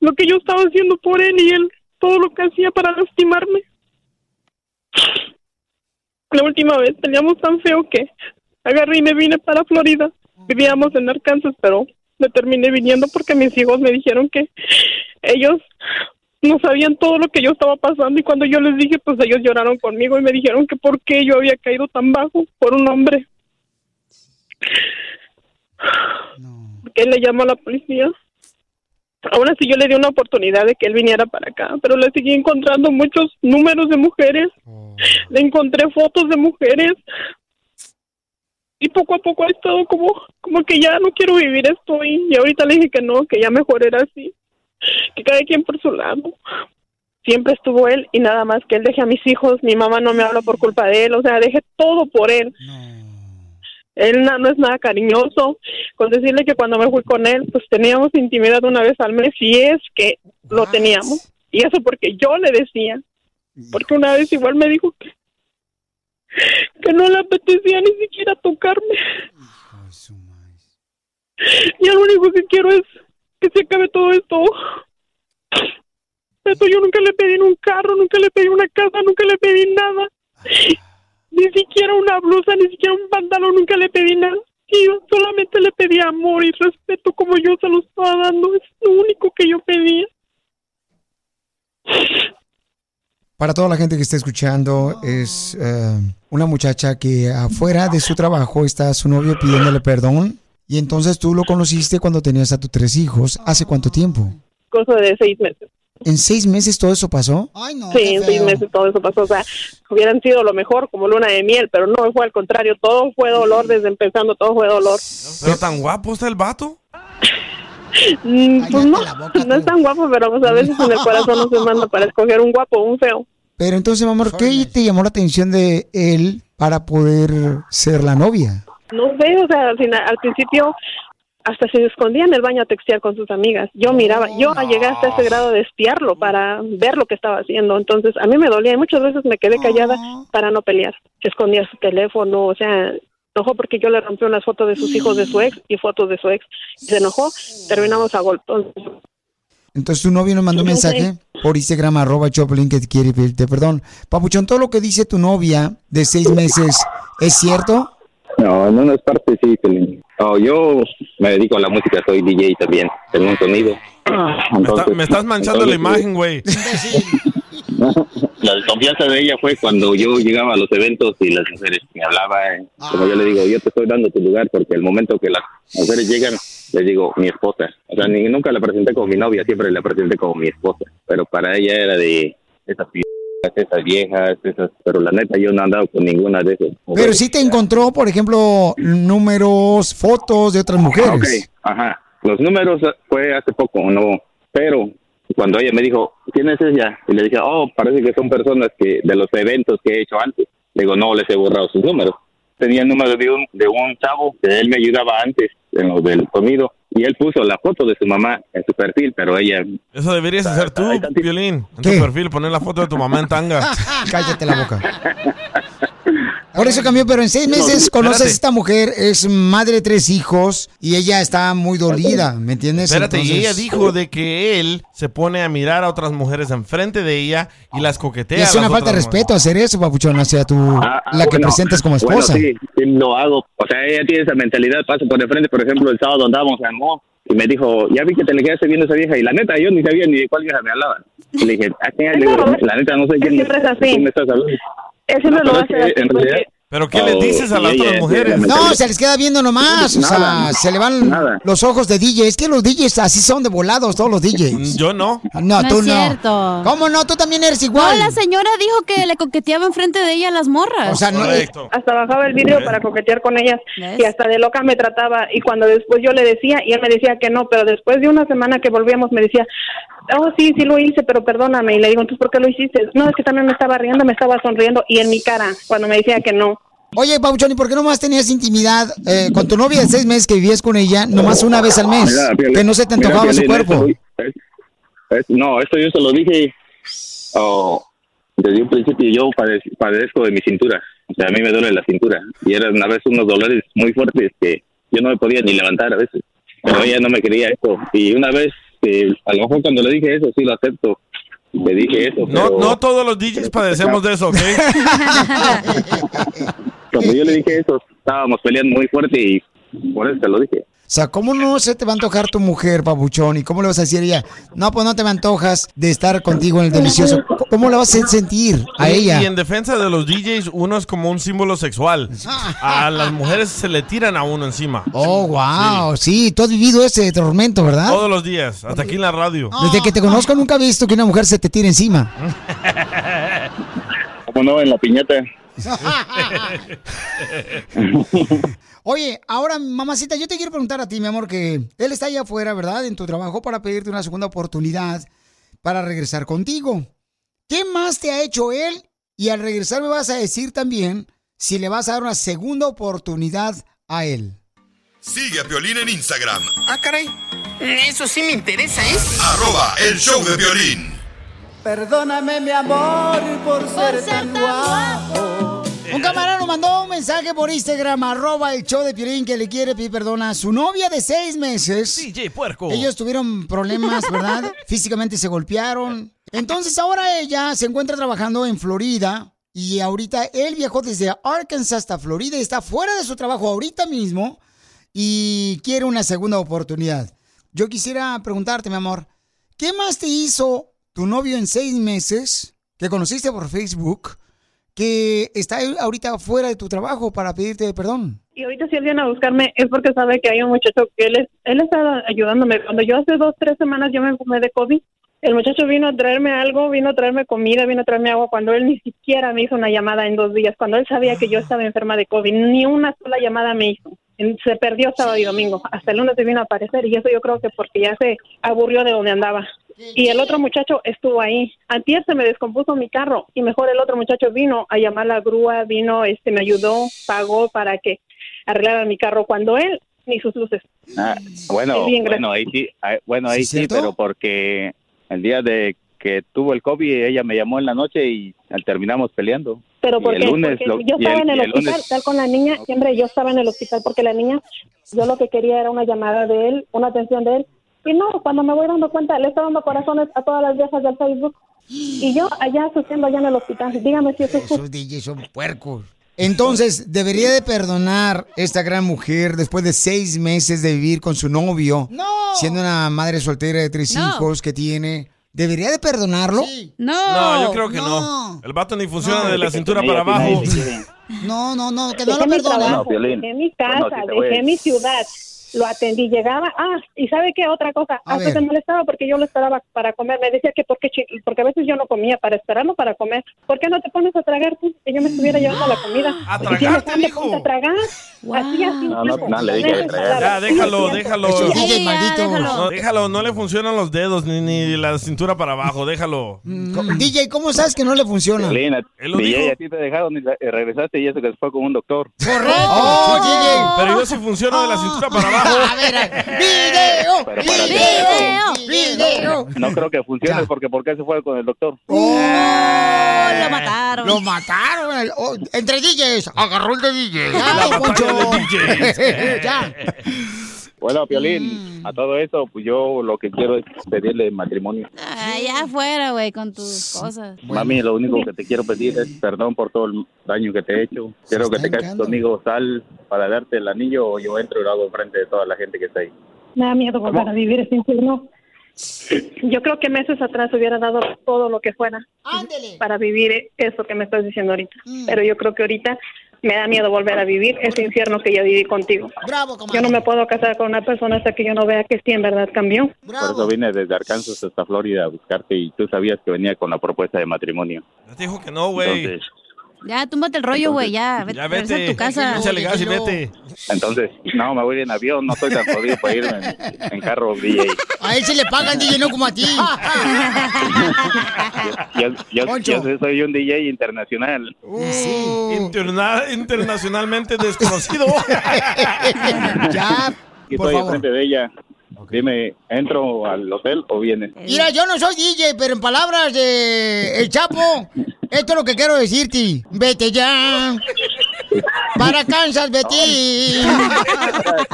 Speaker 27: lo que yo estaba haciendo por él y él todo lo que hacía para lastimarme. La última vez peleamos tan feo que agarré y me vine para Florida. Vivíamos en Arkansas, pero me terminé viniendo porque mis hijos me dijeron que ellos no sabían todo lo que yo estaba pasando y cuando yo les dije, pues ellos lloraron conmigo y me dijeron que por qué yo había caído tan bajo por un hombre. que él le llamó a la policía. Aún así yo le di una oportunidad de que él viniera para acá, pero le seguí encontrando muchos números de mujeres, le encontré fotos de mujeres y poco a poco ha estado como, como que ya no quiero vivir esto y, y ahorita le dije que no, que ya mejor era así, que cada quien por su lado. Siempre estuvo él y nada más que él deje a mis hijos, mi mamá no me habla por culpa de él, o sea, dejé todo por él. Él na- no es nada cariñoso. Con decirle que cuando me fui con él, pues teníamos intimidad una vez al mes, y es que lo teníamos. Y eso porque yo le decía. Porque una vez igual me dijo que, que no le apetecía ni siquiera tocarme. Y lo único que quiero es que se acabe todo esto. Esto yo nunca le pedí un carro, nunca le pedí una casa, nunca le pedí nada. Ni siquiera una blusa, ni siquiera un pantalón, nunca le pedí nada. Y yo solamente le pedí amor y respeto como yo se lo estaba dando. Es lo único que yo pedía.
Speaker 2: Para toda la gente que está escuchando, es eh, una muchacha que afuera de su trabajo está su novio pidiéndole perdón. Y entonces tú lo conociste cuando tenías a tus tres hijos. ¿Hace cuánto tiempo?
Speaker 27: Cosa de seis meses.
Speaker 2: ¿En seis meses todo eso pasó?
Speaker 27: sí, en seis meses todo eso pasó. O sea, hubieran sido lo mejor como luna de miel, pero no fue al contrario. Todo fue dolor desde empezando, todo fue dolor.
Speaker 4: Pero tan guapo está el vato.
Speaker 27: Mm, pues no, no es tan guapo, pero pues, a veces en el corazón no se manda para escoger un guapo o un feo.
Speaker 2: Pero entonces, mi amor, ¿qué te llamó la atención de él para poder ser la novia?
Speaker 27: No sé, o sea, al, final- al principio hasta se escondía en el baño a textear con sus amigas. Yo miraba, yo llegué hasta ese grado de espiarlo para ver lo que estaba haciendo. Entonces, a mí me dolía y muchas veces me quedé callada para no pelear. Escondía su teléfono, o sea, enojó porque yo le rompí unas fotos de sus hijos de su ex y fotos de su ex. Se enojó, terminamos a golpes.
Speaker 2: Entonces tu novio nos mandó un
Speaker 27: No sé.
Speaker 2: mensaje por Instagram arroba Choplin que quiere pedirte perdón. Papuchón, todo lo que dice tu novia de seis meses, ¿es cierto?
Speaker 11: No, en una parte sí, Pelín. No, yo me dedico a la música, soy DJ también, tengo un sonido. Ah, Entonces-
Speaker 4: Me estás manchando la
Speaker 11: entonces,
Speaker 4: imagen, güey.
Speaker 11: La desconfianza de ella fue cuando yo llegaba a los eventos y las mujeres me hablaban. Como yo le digo, yo te estoy dando tu lugar porque el momento que las mujeres llegan, les digo, mi esposa. O sea, ni- nunca la presenté como mi novia, siempre la presenté como mi esposa. Pero para ella era de esa p... esas viejas, esas, pero la neta yo no he andado con ninguna de esas.
Speaker 2: Pero sí te encontró, por ejemplo, números, fotos de otras mujeres.
Speaker 11: Ah, Ok, ajá. Los números eh, fue hace poco, no. Pero cuando ella me dijo, ¿quién es ella? Y le dije, oh, parece que son personas que de los eventos que he hecho antes. Le digo, no, les he borrado sus números. Tenía el número de un, de un chavo que él me ayudaba antes en lo del comido. Y él puso la foto de su mamá en su perfil, pero ella...
Speaker 4: Eso deberías hacer tú, Violín. En tu perfil, poner la foto de tu mamá en tanga.
Speaker 2: Cállate la boca. Por eso cambió, pero en seis meses
Speaker 4: No,
Speaker 2: conoces a
Speaker 4: espérate.
Speaker 2: esta mujer, es madre de tres hijos y ella está muy dolida, ¿me entiendes?
Speaker 4: Espérate, y
Speaker 2: Entonces-
Speaker 4: ella dijo de que él se pone a mirar a otras mujeres enfrente de ella y las coquetea.
Speaker 2: Es
Speaker 4: a
Speaker 2: una
Speaker 4: las
Speaker 2: falta de
Speaker 4: otras
Speaker 2: respeto hacer eso, papuchón, hacia tu,
Speaker 4: Ah,
Speaker 2: la que
Speaker 11: Bueno,
Speaker 2: presentas como
Speaker 11: bueno,
Speaker 2: esposa.
Speaker 11: sí, sí, lo hago. O sea, ella tiene esa mentalidad. Paso por el frente, por ejemplo, el sábado andábamos en Mo y me dijo, ya vi que te le quedaste viendo a esa vieja. Y la neta, yo ni sabía ni de cuál vieja me hablaba. Y le dije, ¿a quién? Le digo, la neta, no sé quién,
Speaker 28: siempre es así.
Speaker 11: quién me estás hablando.
Speaker 28: Él siempre lo
Speaker 11: pero
Speaker 28: hace
Speaker 11: es que,
Speaker 28: así,
Speaker 11: en realidad-
Speaker 4: ¿Pero qué le
Speaker 11: Oh,
Speaker 4: dices a las
Speaker 11: ella-
Speaker 4: otras mujeres?
Speaker 2: No, se les queda viendo nomás, o sea,
Speaker 4: Nada,
Speaker 2: se le van los ojos de DJ. Es que los DJs así son de volados, todos los DJs.
Speaker 4: Mm, Yo no.
Speaker 2: No,
Speaker 5: No
Speaker 2: tú
Speaker 5: es
Speaker 2: no.
Speaker 5: cierto.
Speaker 2: ¿Cómo no? Tú también eres igual.
Speaker 5: No, la señora dijo que le coqueteaba enfrente de ella a las morras.
Speaker 2: O sea, no- eh, Correcto.
Speaker 28: Hasta bajaba el vidrio para coquetear con ellas y hasta de loca me trataba y cuando después yo le decía y él me decía que no, pero después de una semana que volvíamos me decía, oh sí, sí lo hice, pero perdóname y le digo, entonces ¿por qué lo hiciste? No, es que también me estaba riendo, me estaba sonriendo y en mi cara cuando me decía que no.
Speaker 2: Oye, Pauchón, ¿y por qué nomás tenías intimidad eh, con tu novia de seis meses que vivías con ella, nomás una vez al mes?
Speaker 11: Mira, Piolín,
Speaker 2: que no se te
Speaker 11: mira,
Speaker 2: antojaba su
Speaker 11: Piolín,
Speaker 2: cuerpo.
Speaker 11: esto- es- es- no, esto yo se lo dije oh, desde un principio. Yo pade- padezco de mi cintura. O sea, a mí me duele la cintura. Y eran a veces unos dolores muy fuertes que yo no me podía ni levantar a veces. Pero ella no me quería esto. Y una vez, que a lo mejor cuando le dije eso, sí lo acepto. Le dije eso.
Speaker 4: No,
Speaker 11: pero-
Speaker 4: no todos los DJs padecemos de eso, ¿ok?
Speaker 11: Cuando yo le dije eso, estábamos peleando muy fuerte y por eso te lo dije.
Speaker 2: O sea, ¿cómo no se te va a antojar tu mujer, Papuchón? ¿Y cómo le vas a decir a ella? No, pues no te me antojas de estar contigo en el delicioso. ¿Cómo la vas a sentir a
Speaker 4: Y-
Speaker 2: ella?
Speaker 4: Y en defensa de los DJs, uno es como un símbolo sexual. A las mujeres se le tiran a uno encima.
Speaker 2: Oh, wow. Sí. tú has vivido ese tormento, ¿verdad?
Speaker 4: Todos los días, hasta aquí en la radio.
Speaker 2: Desde que te conozco nunca he visto que una mujer se te tire encima.
Speaker 11: ¿Cómo no? En la piñata.
Speaker 2: Oye, ahora, mamacita, yo te quiero preguntar a ti, mi amor, que él está allá afuera, ¿verdad? En tu trabajo para pedirte una segunda oportunidad para regresar contigo. ¿Qué más te ha hecho él? Y al regresar me vas a decir también si le vas a dar una segunda oportunidad a él.
Speaker 6: Sigue a Piolín en Instagram,
Speaker 29: Ah, caray. Eso sí me interesa, ¿eh?
Speaker 6: arroba el show de Piolín.
Speaker 9: Perdóname, mi amor, por ser, tan, guapo.
Speaker 2: Un camarero mandó un mensaje por Instagram, arroba el show de Piolín, que le quiere pedir perdón a su novia de seis meses.
Speaker 4: DJ Puerco.
Speaker 2: Ellos tuvieron problemas, ¿verdad? Físicamente se golpearon. Entonces ahora ella se encuentra trabajando en Florida y ahorita él viajó desde Arkansas hasta Florida y está fuera de su trabajo ahorita mismo y quiere una segunda oportunidad. Yo quisiera preguntarte, mi amor, ¿qué más te hizo tu novio en seis meses que conociste por Facebook que está ahorita fuera de tu trabajo para pedirte perdón?
Speaker 28: Y ahorita si él viene a buscarme es porque sabe que hay un muchacho que él, es- él está ayudándome. Cuando yo hace dos, tres semanas yo me enfermé de COVID, el muchacho vino a traerme algo, vino a traerme comida, vino a traerme agua, cuando él ni siquiera me hizo una llamada en dos días, cuando él sabía que yo estaba enferma de COVID, ni una sola llamada me hizo. En- Se perdió sábado y domingo, hasta el lunes se vino a aparecer y eso yo creo que porque ya se aburrió de donde andaba. Y el otro muchacho estuvo ahí. Antier se me descompuso mi carro y mejor el otro muchacho vino a llamar la grúa, vino, este, me ayudó, pagó para que arreglaran mi carro cuando él ni sus luces.
Speaker 11: Ah, bueno,
Speaker 28: Sí, bien, gracias.
Speaker 11: bueno, ahí sí, ah, bueno, ahí sí,
Speaker 28: cierto?
Speaker 11: pero porque el día de que tuvo el COVID, ella me llamó en la noche y terminamos peleando.
Speaker 28: Pero
Speaker 11: Y
Speaker 28: porque,
Speaker 11: el lunes,
Speaker 28: porque
Speaker 11: lo-
Speaker 28: yo
Speaker 11: y
Speaker 28: estaba en
Speaker 11: el-
Speaker 28: el,
Speaker 11: y el
Speaker 28: hospital,
Speaker 11: lunes-
Speaker 28: tal con la niña, siempre yo estaba en el hospital porque la niña, yo lo que quería era una llamada de él, una atención de él. Y no, cuando me voy dando cuenta, le está dando corazones a todas las viejas del Facebook. Y yo allá sufriendo allá en el hospital. Dígame si eso es justo.
Speaker 2: DJs son puercos. Entonces, debería de perdonar esta gran mujer después de seis meses de vivir con su novio, siendo una madre soltera de tres
Speaker 4: No.
Speaker 2: hijos que tiene. ¿Debería de perdonarlo?
Speaker 5: No.
Speaker 4: No, yo creo que no. El vato ni funciona de la cintura para abajo.
Speaker 2: No, no, no, que
Speaker 28: Dejé mi trabajo, dejé mi casa,
Speaker 4: Bueno, sí te voy.
Speaker 28: dejé mi ciudad. lo atendí, llegaba, ah, y sabe qué otra cosa,
Speaker 2: A
Speaker 28: hasta
Speaker 2: ver.
Speaker 28: se molestaba porque yo lo esperaba para comer, me decía que porque, porque a veces yo no comía para esperarlo para comer, ¿por qué no te pones a tragar tú? Que yo me estuviera llevando la comida.
Speaker 4: ¿A
Speaker 28: tragar, te a tragar, así, así.
Speaker 4: No, no,
Speaker 28: no,
Speaker 4: le
Speaker 28: dije que tragar.
Speaker 4: Ya, déjalo, déjalo.
Speaker 2: Es un DJ maldito.
Speaker 4: No, déjalo, no le funcionan los dedos ni, ni la cintura para abajo, déjalo.
Speaker 2: DJ, Mm. ¿cómo sabes que no le funciona?
Speaker 11: Lina,
Speaker 4: Él lo
Speaker 11: DJ,
Speaker 4: dijo.
Speaker 11: a ti te dejaron y la- eh, regresaste y eso que fue con un doctor.
Speaker 2: ¡Oh, DJ!
Speaker 4: Pero yo sí funciono de la cintura para abajo.
Speaker 2: A ver, a ver. ¡Video!
Speaker 11: Pero para
Speaker 2: ¡Video!
Speaker 11: No,
Speaker 2: ¡Video! Oh,
Speaker 11: no creo que funcione porque ¿por qué se fue con el doctor?
Speaker 2: lo mataron. Lo mataron. el- oh, entre DJs. Agarró el de DJ. Ya,
Speaker 11: La
Speaker 2: don
Speaker 11: batalla
Speaker 2: Poncho.
Speaker 11: de DJs.
Speaker 2: ya.
Speaker 11: Bueno,
Speaker 5: Mm.
Speaker 11: Piolín, a todo eso, pues yo lo que quiero es pedirle matrimonio.
Speaker 5: Allá afuera, güey, con tus cosas.
Speaker 11: Mami, lo único que te quiero pedir es perdón por todo el daño que te he hecho. Quiero que te cases conmigo, sal para darte el anillo o yo entro y lo hago enfrente de toda la gente que está ahí.
Speaker 28: Me da miedo volver a vivir ese infierno. Yo creo que meses atrás hubiera dado todo lo que fuera para vivir eso que me estás diciendo ahorita. Pero yo creo que ahorita me da miedo volver a vivir ese infierno que yo viví contigo.
Speaker 2: Bravo,
Speaker 28: Yo no me puedo casar con una persona hasta que yo no vea que sí en verdad cambió.
Speaker 11: Por eso vine desde Arkansas hasta Florida a buscarte y tú sabías que venía con la propuesta de matrimonio.
Speaker 4: Dijo que no, güey.
Speaker 11: Entonces,
Speaker 5: Ya, túmbate el rollo, güey, ya. Vete,
Speaker 4: Ya
Speaker 5: regresa
Speaker 4: vete.
Speaker 5: a tu casa.
Speaker 4: Échale gas y vete.
Speaker 11: entonces, no, me voy en avión, no estoy tan jodido para irme en, en carro, DJ.
Speaker 2: A él sí le pagan, DJ, no como a ti.
Speaker 11: Yo, yo-
Speaker 2: Poncho.
Speaker 11: yo soy- soy un DJ internacional.
Speaker 4: Interna- internacionalmente desconocido.
Speaker 2: ya.
Speaker 11: Y
Speaker 2: Por
Speaker 11: estoy
Speaker 2: favor.
Speaker 11: enfrente de ella. Dime, ¿entro al hotel o vienes?
Speaker 2: Mira, yo no soy DJ, pero en palabras de El Chapo, esto es lo que quiero decirte. Vete ya. Para Kansas, vete.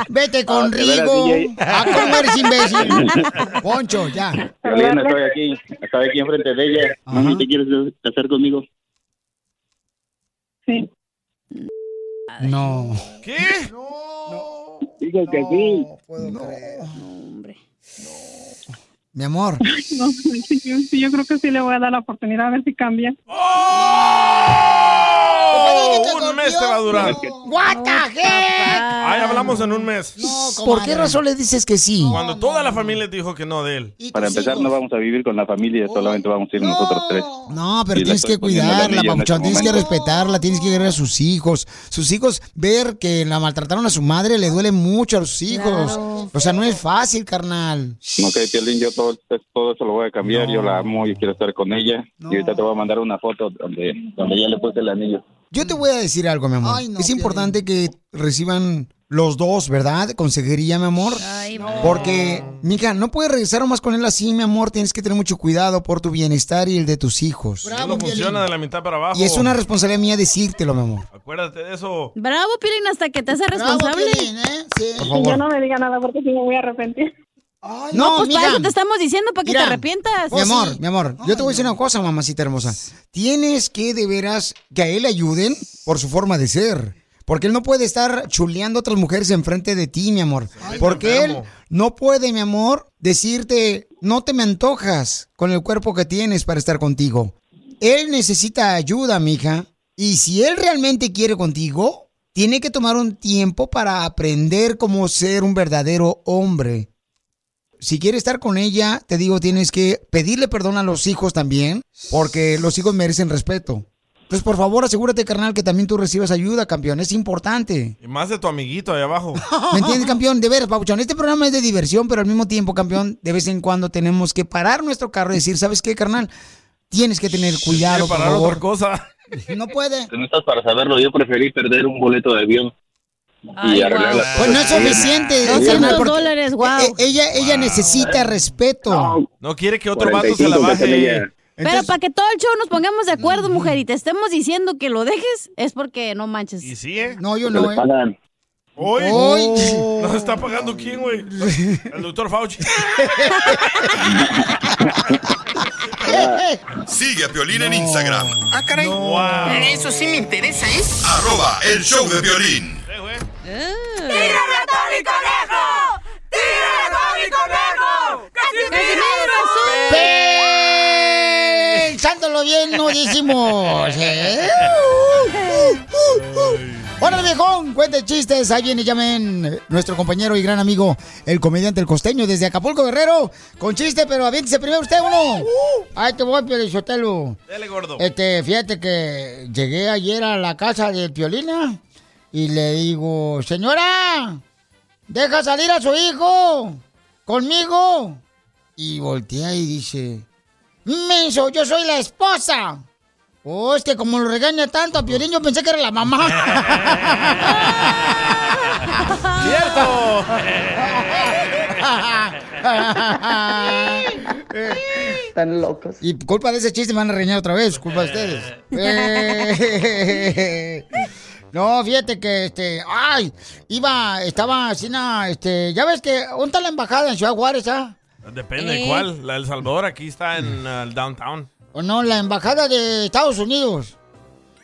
Speaker 2: Vete con
Speaker 11: de veras,
Speaker 2: Rigo.
Speaker 11: DJ.
Speaker 2: A comer, imbécil. Poncho, ya.
Speaker 11: Violina, estoy aquí, estoy aquí enfrente de ella. Mami, ¿te quieres casar conmigo?
Speaker 28: Sí.
Speaker 2: No.
Speaker 4: ¿Qué?
Speaker 11: Digo que sí.
Speaker 4: pues.
Speaker 2: Mi amor.
Speaker 28: No, sí, yo, sí, yo creo que sí le voy a dar la oportunidad a ver si cambia.
Speaker 7: Oh,
Speaker 4: un mes te va a durar.
Speaker 2: What the heck?
Speaker 4: Ahí hablamos en un mes.
Speaker 2: ¿Por qué razón le dices que sí?
Speaker 4: Cuando toda la familia te dijo que no de él.
Speaker 11: Para empezar, no vamos a vivir con la familia, solamente vamos a ir nosotros tres.
Speaker 2: No, pero
Speaker 11: Y le
Speaker 2: tienes
Speaker 11: estoy
Speaker 2: que
Speaker 11: poniendo el
Speaker 2: cuidarla,
Speaker 11: anillo en
Speaker 2: papuchón.
Speaker 11: este
Speaker 2: Tienes que
Speaker 11: momento.
Speaker 2: respetarla, tienes que querer a sus hijos. Sus hijos, ver que la maltrataron a su madre, le duele mucho a los hijos. O sea, no es fácil, carnal.
Speaker 11: Ok, Piolín, yo todo, todo eso lo voy a cambiar. Yo la amo, yo quiero estar con ella. Y ahorita te voy a mandar una foto donde, donde ya le puse el anillo.
Speaker 2: Yo te voy a decir algo, mi amor. es importante que reciban los dos, ¿verdad? Consejería, mi amor. Porque, mija, no puedes regresar más con él así, mi amor. Tienes que tener mucho cuidado por tu bienestar y el de tus hijos.
Speaker 4: no funciona de la mitad para abajo.
Speaker 2: Y es una responsabilidad mía decírtelo, mi amor.
Speaker 4: Acuérdate de eso.
Speaker 5: Bravo, Piolín, hasta que te hace responsable.
Speaker 2: Por favor.
Speaker 28: Ya no me diga nada porque sí me voy a arrepentir.
Speaker 5: no,
Speaker 2: No,
Speaker 5: pues
Speaker 2: mija.
Speaker 5: para eso te estamos diciendo, para que
Speaker 2: Mira,
Speaker 5: te arrepientas.
Speaker 2: Mi amor, mi amor, yo te voy a decir una cosa, mamacita hermosa. Tienes que de veras que a él le ayuden por su forma de ser. Porque él no puede estar chuleando a otras mujeres enfrente de ti, mi amor. Porque él no puede, mi amor, decirte, no te me antojas con el cuerpo que tienes para estar contigo. Él necesita ayuda, mija. Y si él realmente quiere contigo, tiene que tomar un tiempo para aprender cómo ser un verdadero hombre si quieres estar con ella, te digo, tienes que pedirle perdón a los hijos también, porque los hijos merecen respeto. Entonces, por favor, asegúrate, carnal, que también tú recibas ayuda, campeón. Es importante.
Speaker 4: Y más de tu amiguito ahí abajo.
Speaker 2: ¿Me entiendes, campeón? De veras, Pabuchón. Este programa es de diversión, pero al mismo tiempo, campeón, de vez en cuando tenemos que parar nuestro carro y decir, ¿sabes qué, carnal? Tienes que tener cuidado, por
Speaker 4: Parar otra
Speaker 2: favor.
Speaker 4: cosa.
Speaker 2: No puede.
Speaker 11: Tú no estás para saberlo, yo preferí perder un boleto de avión y arreglar las
Speaker 2: Pues no es
Speaker 11: cosas bien.
Speaker 2: suficiente.
Speaker 11: Bien.
Speaker 2: carnal, porque e- Ella, ella necesita respeto.
Speaker 4: No quiere que otro vato se la baje.
Speaker 5: Pero para que todo el show nos pongamos de acuerdo, mujer, y te estemos diciendo que lo dejes, es porque no manches.
Speaker 4: ¿Y sí, eh?
Speaker 2: No, yo
Speaker 11: Porque les pagan.
Speaker 4: Hoy.
Speaker 11: Hoy.
Speaker 4: ¿Nos está pagando quién, güey? El doctor Fauci.
Speaker 6: Sigue a Piolín en Instagram.
Speaker 29: Ah, caray. Eso sí me interesa, ¿eh?
Speaker 4: Ah.
Speaker 6: Arroba el show de Piolín.
Speaker 29: ¡Tírame a Tony Conejo! ¡Tírame a Tony Conejo!
Speaker 2: Pensándolo bien, no decimos. ¿eh? Hola viejón! Cuente chistes. Ahí viene, llamen nuestro compañero y gran amigo, el comediante El Costeño, desde Acapulco, Guerrero. Con chiste, pero aviéntese primero usted uno. Ahí te voy, Piolizotelo.
Speaker 4: Dele, gordo.
Speaker 2: Este, fíjate que llegué ayer a la casa de Piolina y le digo, señora, deja salir a su hijo conmigo. Y voltea y dice, Menso, yo soy la esposa. Oh, es que como lo regaña tanto a Piolín, yo pensé que era la mamá.
Speaker 29: ¡Cierto!
Speaker 2: Están locos. Y culpa de ese chiste me van a reñir otra vez, culpa de ustedes. Eh, No, fíjate que este, ay, iba, estaba así, na, este, ya ves que, ¿dónde está la embajada en Ciudad Juárez, ah?
Speaker 4: Depende
Speaker 2: Eh.
Speaker 4: de cuál. La del Salvador aquí está en uh, el downtown.
Speaker 2: ¿O no? La embajada de Estados Unidos.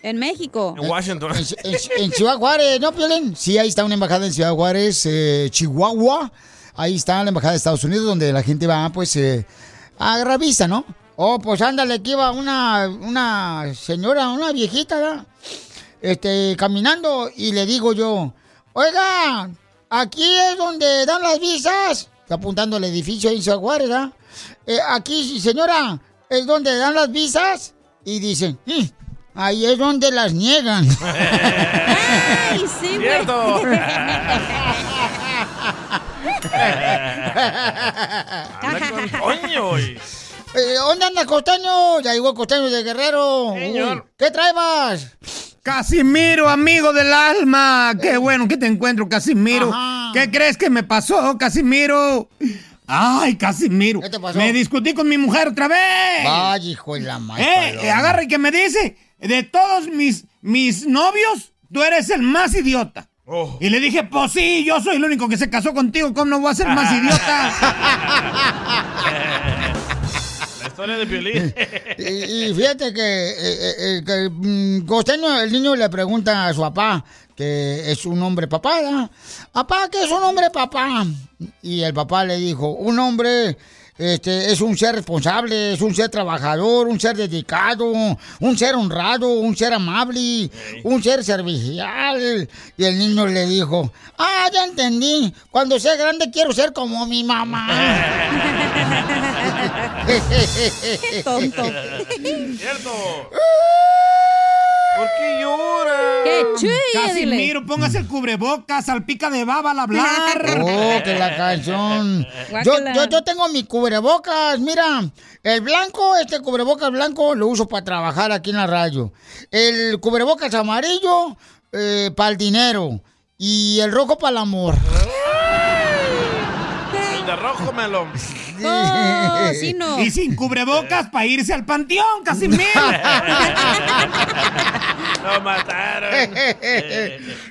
Speaker 5: En México.
Speaker 4: En Washington.
Speaker 2: Eh, En, en Ciudad Juárez, ¿no, Piolín? Sí, ahí está una embajada en Ciudad Juárez, eh, Chihuahua. Ahí está la embajada de Estados Unidos, donde la gente va, pues, eh, a agarrar visa, ¿no? Oh, pues ándale, aquí va una, una señora, una viejita, ¿verdad? Este, caminando, y le digo yo, oiga, aquí es donde dan las visas. Está apuntando al edificio ahí en Ciudad Juárez, ¿verdad? Eh, aquí, señora, es donde dan las visas. Y dicen, "Mm, ahí es donde las niegan.
Speaker 29: ¡Ay, sí, güey!
Speaker 2: Cierto.
Speaker 4: Coño, y-
Speaker 2: Eh, ¿Dónde anda Costeño? Ya llegó Costeño de Guerrero.
Speaker 4: Señor.
Speaker 2: Uy, ¿Qué traebas?
Speaker 23: Casimiro, amigo del alma. Qué bueno que te encuentro, Casimiro. ¿Qué crees que me pasó, Casimiro? Ay, Casimiro. Me discutí con mi mujer otra vez.
Speaker 2: Vaya, hijo de la madre.
Speaker 23: Eh, eh, agarra y que me dice, de todos mis, mis novios, tú eres el más idiota. Y le dije, pues sí, yo soy el único que se casó contigo, ¿cómo no voy a ser más idiota?
Speaker 4: La historia de Piolín.
Speaker 2: Y, y fíjate que, eh, eh, que, mm, Costeño, el niño le pregunta a su papá, que es un hombre papá, ¿verdad? Papá, ¿qué es un hombre papá? Y el papá le dijo, un hombre... Este, es un ser responsable, es un ser trabajador, un ser dedicado, un ser honrado, un ser amable, un ser servicial. Y el niño le dijo, ah, ya entendí, cuando sea grande quiero ser como mi mamá.
Speaker 29: Qué tonto.
Speaker 4: ¡Cierto! ¿Por qué llora?
Speaker 23: Casimiro, póngase el cubrebocas, salpica de baba al hablar.
Speaker 2: Oh, que la canción. Yo,
Speaker 23: Guácala.
Speaker 2: yo, yo tengo mi cubrebocas, mira. El blanco, este cubrebocas blanco, lo uso para trabajar aquí en la radio. El cubrebocas amarillo, para el dinero. Y el rojo para el amor.
Speaker 4: El de rojo me lo.
Speaker 23: Y sin cubrebocas para irse al panteón, Este Casimiro.
Speaker 4: Lo mataron.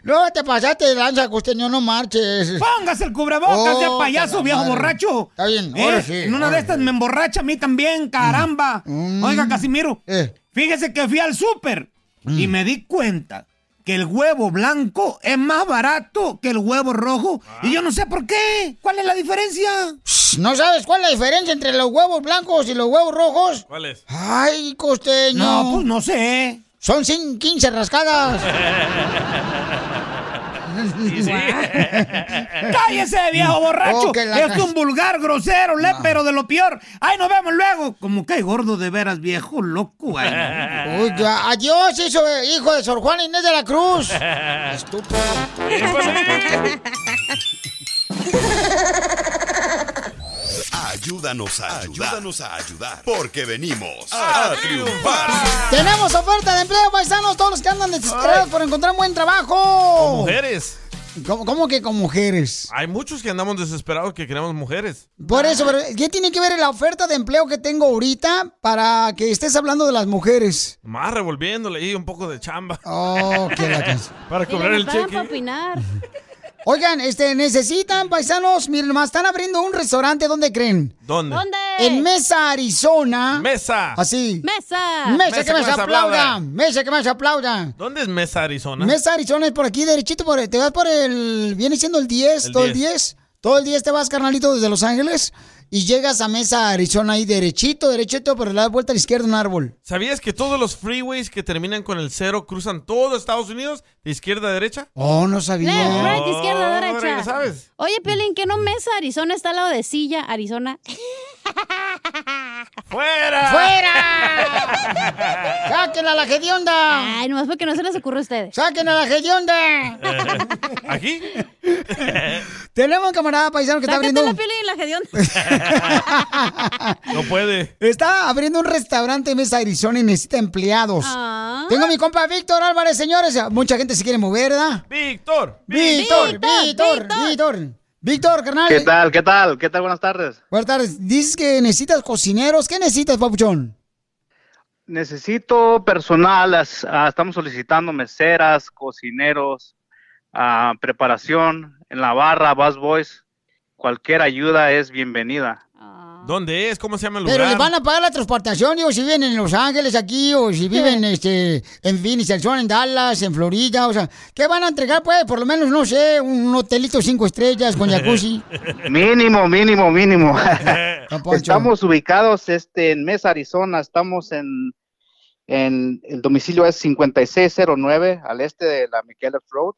Speaker 2: no, te pasaste de lanza, costeño, no marches.
Speaker 23: Póngase el cubrebocas
Speaker 2: Oh,
Speaker 23: ya, payaso,
Speaker 2: para
Speaker 23: viejo
Speaker 2: madre.
Speaker 23: borracho.
Speaker 2: Está bien,
Speaker 23: Eh,
Speaker 2: ahora sí, Mm.
Speaker 23: En una
Speaker 2: ahora
Speaker 23: de estas me emborracha a mí también, caramba. Oiga, Casimiro,
Speaker 2: Eh.
Speaker 23: fíjese que fui al súper y
Speaker 2: Mm.
Speaker 23: me di cuenta que el huevo blanco es más barato que el huevo rojo. Y yo no sé por qué. ¿Cuál es la diferencia?
Speaker 2: ¿No sabes cuál es la diferencia entre los huevos blancos y los huevos rojos?
Speaker 4: ¿Cuál es?
Speaker 2: Ay, costeño.
Speaker 23: No, pues no sé.
Speaker 2: Son cin- 15 rascadas.
Speaker 23: Sí, sí. ¡Cállese, viejo borracho!
Speaker 2: Oh, que la
Speaker 23: es
Speaker 2: ca-
Speaker 23: un vulgar, grosero, lépero de lo peor. ¡Ay, nos vemos luego! Como cae gordo de veras, viejo loco. ay, no.
Speaker 2: Uy, Pues ya, adiós, hijo de, hijo de Sor Juana Inés de la Cruz.
Speaker 23: Estúpido.
Speaker 6: Ayúdanos a ayudar. Ayúdanos a ayudar. Porque venimos a triunfar.
Speaker 2: Tenemos oferta de empleo, paisanos, todos los que andan desesperados por encontrar buen trabajo.
Speaker 4: Mujeres.
Speaker 2: ¿Cómo, cómo que con mujeres?
Speaker 4: Hay muchos que andamos desesperados que queremos mujeres.
Speaker 2: Por eso, pero ¿qué tiene que ver la oferta de empleo que tengo ahorita para que estés hablando de las mujeres?
Speaker 4: Más revolviéndole y un poco de chamba.
Speaker 2: Oh, qué la canción.
Speaker 4: Para cobrar el cheque.
Speaker 2: opinar. Oigan, este, necesitan, paisanos, miren nomás, están abriendo un restaurante, ¿dónde creen?
Speaker 4: ¿Dónde?
Speaker 2: En Mesa, Arizona.
Speaker 4: Mesa.
Speaker 2: Así.
Speaker 5: Mesa.
Speaker 2: Mesa, que
Speaker 4: Mesa,
Speaker 2: más
Speaker 4: que más
Speaker 2: aplauda.
Speaker 4: aplauda.
Speaker 2: Mesa, que más aplauda.
Speaker 4: ¿Dónde es Mesa, Arizona?
Speaker 2: Mesa Arizona es por aquí, derechito, por, te vas por el, viene siendo el 10,
Speaker 4: El
Speaker 2: todo el
Speaker 4: 10.
Speaker 2: 10, todo el 10 te vas, carnalito, desde Los Ángeles, y llegas a Mesa, Arizona, ahí derechito, derechito, pero le das vuelta a la izquierda un árbol.
Speaker 4: ¿Sabías que todos los freeways que terminan con el cero cruzan todo Estados Unidos de izquierda a derecha?
Speaker 2: Oh, no sabía.
Speaker 5: Left, right, izquierda,
Speaker 4: Oh,
Speaker 5: derecha.
Speaker 4: ya sabes.
Speaker 5: Oye, Pelín, ¿qué no mesa Arizona está al lado de Silla, Arizona?
Speaker 4: ¡Fuera!
Speaker 2: ¡Fuera! ¡Sáquenla a la gedionda!
Speaker 5: Ay, nomás porque no se les ocurre a ustedes.
Speaker 2: ¡Sáquenla a la gedionda!
Speaker 4: ¿Aquí?
Speaker 2: Tenemos un camarada paisano que está abriendo...
Speaker 5: la Pelín, la gedionda.
Speaker 4: No puede.
Speaker 2: Está abriendo un restaurante en Mesa, Arizona y necesita empleados. Tengo a mi compa Víctor Álvarez, señores. Mucha gente se quiere mover, ¿verdad?
Speaker 4: Víctor.
Speaker 2: Víctor, Víctor, Víctor. Víctor, carnal.
Speaker 1: ¿Qué tal? ¿Qué tal? ¿Qué tal? Buenas tardes.
Speaker 2: Buenas tardes. Dices que necesitas cocineros. ¿Qué necesitas, papuchón?
Speaker 1: Necesito personal. as- ah, estamos solicitando meseras, cocineros, ah, preparación en la barra, bus boys. Cualquier ayuda es bienvenida.
Speaker 4: ¿Dónde es? ¿Cómo se llama el
Speaker 2: Pero les
Speaker 4: lugar?
Speaker 2: van a pagar la transportación, digo, si viven en Los Ángeles aquí, o si viven este, en Phoenix, Arizona, en Dallas, en Florida, o sea, ¿qué van a entregar? Pues, por lo menos, no sé, un hotelito cinco estrellas con jacuzzi.
Speaker 1: Mínimo, mínimo, mínimo.
Speaker 2: Poncho.
Speaker 1: estamos ubicados este, en Mesa, Arizona. Estamos en, en el domicilio es 5609 al este de la McKellep Road.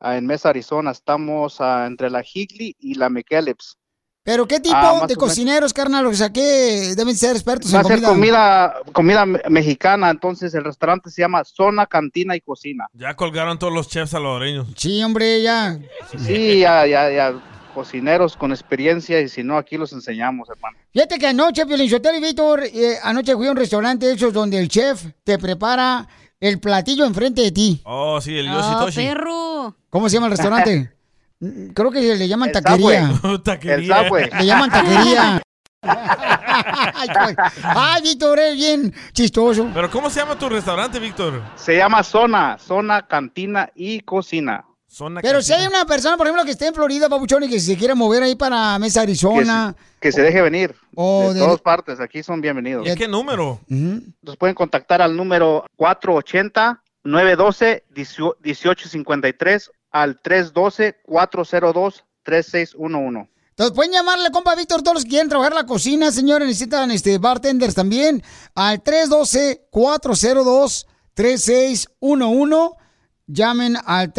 Speaker 1: ah, En Mesa, Arizona. Estamos ah, entre la Higley y la McKelleps.
Speaker 2: Pero, ¿qué tipo
Speaker 1: Ah, más
Speaker 2: de
Speaker 1: o menos.
Speaker 2: cocineros, carnal? O sea, ¿qué deben ser expertos
Speaker 1: Va
Speaker 2: en
Speaker 1: a ser
Speaker 2: comida?
Speaker 1: comida, comida me- mexicana, entonces el restaurante se llama Zona Cantina y Cocina.
Speaker 4: Ya colgaron todos los chefs salvadoreños.
Speaker 2: Sí, hombre, ya.
Speaker 1: Sí, ya, ya, ya, cocineros con experiencia y si no, aquí los enseñamos, hermano.
Speaker 2: Fíjate que anoche, Piolinchotero y Víctor, eh, anoche fui a un restaurante de esos donde el chef te prepara el platillo enfrente de ti.
Speaker 4: Oh, sí, el
Speaker 5: Oh,
Speaker 4: Yoshitoshi.
Speaker 5: perro.
Speaker 2: Ah. ¿Cómo se llama el restaurante? Mm, Creo que le llaman
Speaker 4: El
Speaker 2: taquería.
Speaker 4: Subway. Taquería.
Speaker 2: Le
Speaker 4: El Subway.
Speaker 2: llaman taquería. Ay, pues. Ay, Víctor, es bien chistoso.
Speaker 4: ¿Pero cómo se llama tu restaurante, Víctor?
Speaker 1: Se llama Zona, Zona Cantina y Cocina.
Speaker 4: Zona
Speaker 2: Pero si hay una persona, por ejemplo, que esté en Florida, Pabuchón, y que se quiera mover ahí para Mesa, Arizona.
Speaker 1: Que se deje venir.
Speaker 2: Oh,
Speaker 1: de,
Speaker 2: de-
Speaker 1: todas partes, aquí son bienvenidos.
Speaker 4: ¿Y qué número?
Speaker 1: Nos pueden contactar al número 480-912-1853 al 312-402-3611.
Speaker 2: Entonces pueden llamarle, compa Víctor, todos los que quieren trabajar en la cocina, señores, necesitan este bartenders también, al 312-402-3611. Llamen al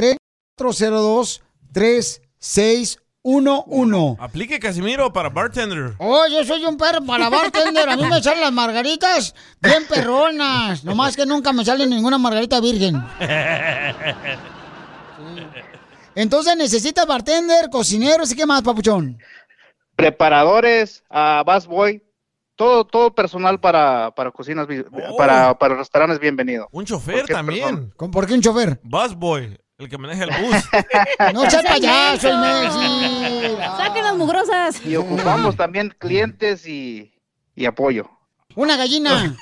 Speaker 2: 302-3611.
Speaker 4: Aplique Casimiro para bartender.
Speaker 2: Oh, yo soy un perro para bartender. A mí me salen las margaritas bien perronas. Nomás que nunca me sale ninguna margarita virgen. Entonces necesita bartender, cocineros y qué más, papuchón.
Speaker 1: Preparadores, a bus boy, todo, todo personal para, para cocinas, bi- para, para restaurantes, bienvenido.
Speaker 4: Un chofer también.
Speaker 2: ¿Con- ¿Por qué un chofer?
Speaker 4: Busboy, el que maneja el bus.
Speaker 2: No seas payaso, el
Speaker 5: Saquen las mugrosas.
Speaker 1: Y ocupamos también clientes y, y apoyo.
Speaker 2: Una gallina.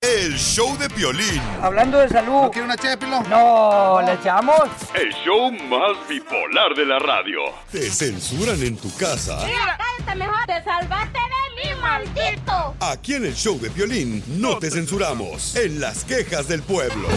Speaker 6: El show de Piolín.
Speaker 30: Hablando de salud. ¿No quiere una ché, No, ¿le echamos?
Speaker 8: El show más bipolar de la radio.
Speaker 6: ¿Te censuran en tu casa?
Speaker 17: cállate mejor. Te salvaste de mí, maldito.
Speaker 6: Aquí en el show de Piolín no te censuramos. En las quejas del pueblo.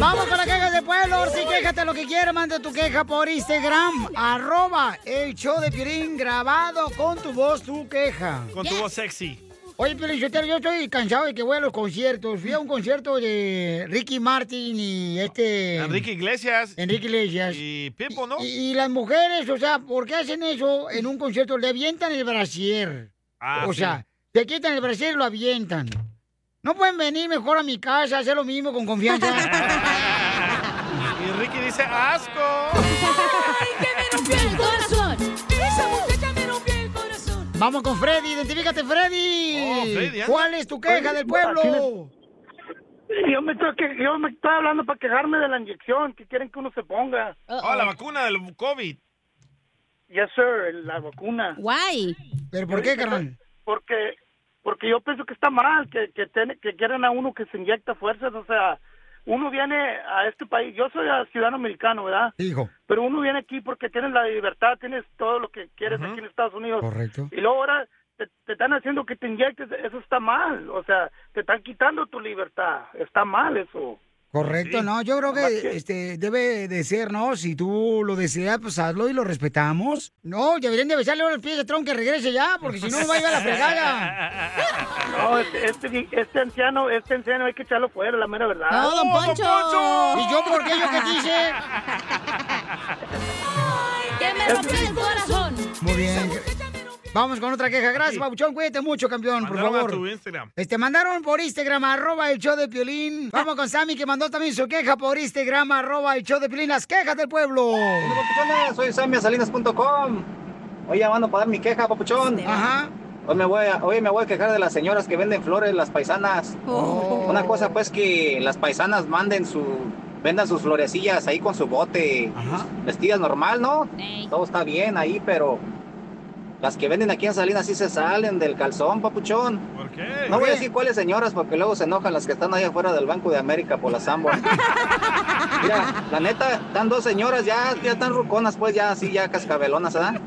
Speaker 2: Vamos con las quejas del pueblo. Ahora sí, quéjate lo que quieras. Manda tu queja por Instagram. Arroba el show de Pirín grabado con tu voz, tu queja.
Speaker 4: Con tu voz sexy.
Speaker 2: Oye, Piolín, Sotelo, yo estoy cansado de que voy a los conciertos. Fui a un concierto de Ricky Martin y este...
Speaker 4: Enrique Iglesias.
Speaker 2: Enrique Iglesias.
Speaker 4: Y Pipo, ¿no?
Speaker 2: Y, y las mujeres, o sea, ¿por qué hacen eso en un concierto? Le avientan el brasier.
Speaker 4: Ah,
Speaker 2: o
Speaker 4: sí.
Speaker 2: sea, te quitan el brasier y lo avientan. No pueden venir mejor a mi casa a hacer lo mismo con confianza.
Speaker 4: Y Ricky dice, asco.
Speaker 2: Vamos con Freddy, identifícate Freddy.
Speaker 30: Oh, Freddy, anda.
Speaker 2: ¿Cuál es tu queja
Speaker 30: Oye,
Speaker 2: del pueblo?
Speaker 30: aquí Yo me, estoy, que- yo me estoy hablando para quejarme de la inyección que quieren que uno se ponga. Ah,
Speaker 4: Oh, la vacuna del COVID.
Speaker 30: Yes, sir, la vacuna.
Speaker 5: Guay.
Speaker 2: ¿Pero
Speaker 30: por qué, carnal? Porque, porque yo pienso que está mal, que, que, tiene- que quieren a uno que se inyecta fuerzas. O sea, uno viene a este país, yo soy ah, ciudadano americano, ¿verdad?
Speaker 2: Hijo.
Speaker 30: Pero uno viene aquí porque tienes la libertad, tienes todo lo que quieres aquí en Estados Unidos.
Speaker 2: Correcto.
Speaker 30: Y luego ahora te, te están haciendo que te inyectes, eso está mal. O sea, te están quitando tu libertad. Está mal eso.
Speaker 2: Correcto,
Speaker 31: Sí.
Speaker 2: no, yo creo que este debe de ser, ¿no? Si tú lo deseas, pues hazlo y lo respetamos. No, deberían de besarle ahora el pie a Trump que regrese ya, porque si no, no va a ir a la fregada.
Speaker 30: No, este, este- este anciano, este anciano hay que echarlo fuera, la mera verdad.
Speaker 2: No, don Poncho.
Speaker 30: Poncho!
Speaker 2: ¿Y yo por qué? ¿Yo qué quise?
Speaker 5: ¡Que me rompió el corazón!
Speaker 2: Muy bien. Vamos con otra queja. Gracias, Babuchón. Cuídate mucho, campeón, por
Speaker 4: Mandaron a
Speaker 2: favor.
Speaker 4: tu Instagram.
Speaker 2: Este, mandaron por Instagram, arroba el show de Piolín. Vamos con Sammy, que mandó también su queja por Instagram, arroba el show de Piolín. Las quejas del pueblo.
Speaker 32: Soy samiasalinas.com. Hoy ya van a pagar mi queja, papuchón.
Speaker 2: Ajá.
Speaker 32: Hoy me, voy a, hoy me voy a quejar de las señoras que venden flores, las paisanas.
Speaker 2: Oh.
Speaker 32: Una cosa pues que las paisanas manden su... Vendan sus florecillas ahí con su bote. Vestidas normal, ¿no? Todo está bien ahí, pero... Las que venden aquí en Salinas sí se salen del calzón, papuchón.
Speaker 4: ¿Por qué?
Speaker 32: No voy a decir cuáles señoras porque luego se enojan las que están ahí afuera del Banco de América por las ambas. Mira, la neta, están dos señoras ya, ya están ruconas, pues ya así, ya cascabelonas, ¿verdad?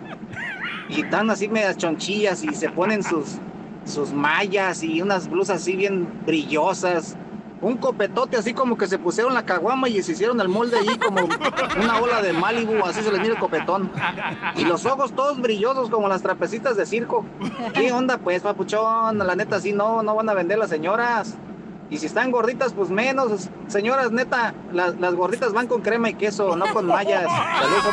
Speaker 32: Y están así medias chonchillas y se ponen sus, sus mallas y unas blusas así bien brillosas. Un copetote así como que se pusieron la caguama y se hicieron el molde ahí como una ola de Malibu, así se les mira el copetón. Y los ojos todos brillosos como las trapecitas de circo. ¿Qué onda pues, papuchón? La neta, sí, no, no van a vender las señoras. Y si están gorditas, pues menos. Señoras, neta, la- las gorditas van con crema y queso, no con mallas. Saludos,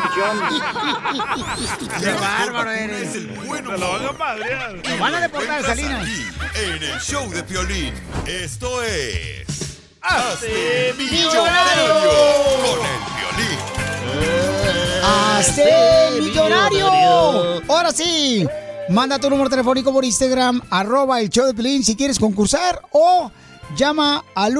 Speaker 32: papuchón.
Speaker 2: ¡Qué bárbaro eres!
Speaker 6: Te lo van a padrear.
Speaker 2: Lo van a deportar,
Speaker 6: Encuentras
Speaker 2: Salinas.
Speaker 6: aquí, En el show de Piolín. Esto es...
Speaker 2: Hazte
Speaker 6: ¡Hazte
Speaker 2: millonario!
Speaker 6: millonario! Con el Piolín.
Speaker 2: ¡Hazte millonario! Ahora sí, manda tu número telefónico por Instagram, arroba el show de Piolín si quieres concursar o llama al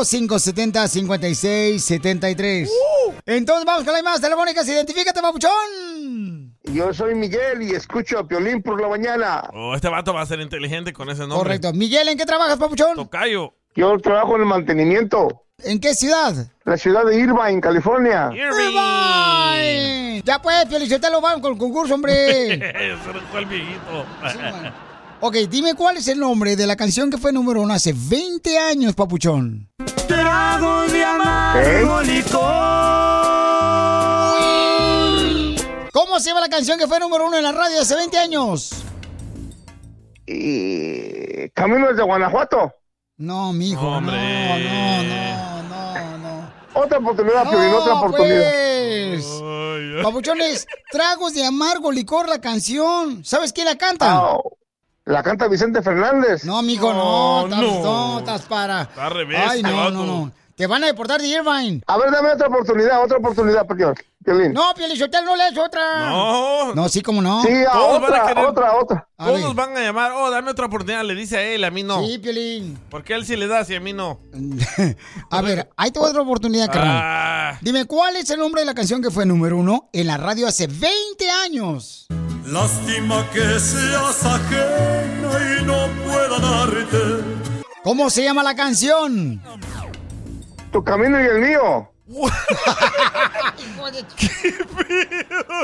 Speaker 2: 1-855-570-5673.
Speaker 32: Uh.
Speaker 2: Entonces vamos con las llamadas telefónicas, identifícate, papuchón.
Speaker 15: Yo soy Miguel y escucho a Piolín por la mañana.
Speaker 4: Oh, este vato va a ser inteligente con ese nombre.
Speaker 2: Correcto. Miguel, ¿en qué trabajas, papuchón?
Speaker 4: Tocayo.
Speaker 15: Yo trabajo en el mantenimiento.
Speaker 2: ¿En qué ciudad?
Speaker 15: La ciudad de Irvine, California.
Speaker 2: Irvine. Ya pues, Felicitelo, van con el concurso, hombre.
Speaker 4: Se lo fue el viejito.
Speaker 2: ok, dime cuál es el nombre de la canción que fue número uno hace 20 años, papuchón.
Speaker 7: Trago de amargo licor.
Speaker 2: ¿Cómo se llama la canción que fue número uno en la radio hace 20 años?
Speaker 15: Y Caminos de Guanajuato.
Speaker 2: No,
Speaker 15: No,
Speaker 2: mijo. no,
Speaker 15: no, no. Otra oportunidad, Piolín, otra
Speaker 2: No,
Speaker 15: oportunidad.
Speaker 2: pues. Papuchones, tragos de amargo licor la canción. ¿Sabes quién la canta?
Speaker 15: La canta Vicente Fernández.
Speaker 2: No, mijo, no. estás- No, estás para.
Speaker 15: Oh, Está al revés,
Speaker 2: Ay,
Speaker 15: este
Speaker 2: no,
Speaker 15: vato.
Speaker 2: no, no. Te van a deportar de Irvine.
Speaker 15: A ver, dame otra oportunidad, otra oportunidad, Piolín. Piolín.
Speaker 2: No, Pielichotel, no le des otra. No, sí, como no.
Speaker 15: Sí, a
Speaker 4: Todos van a
Speaker 15: otra,
Speaker 4: querer-
Speaker 15: otra, otra.
Speaker 4: Todos van a llamar, oh, dame otra oportunidad, le dice a él, a mí no.
Speaker 2: Sí, Piolín.
Speaker 4: Porque él sí le da, si a mí no.
Speaker 2: A ver, ahí te voy a dar otra oportunidad, carnal. Dime, ¿cuál es el nombre de la canción que fue número uno en la radio hace 20 años?
Speaker 7: Lástima que seas ajena y no pueda darte.
Speaker 2: ¿Cómo se llama la canción?
Speaker 15: Tu camino y el mío.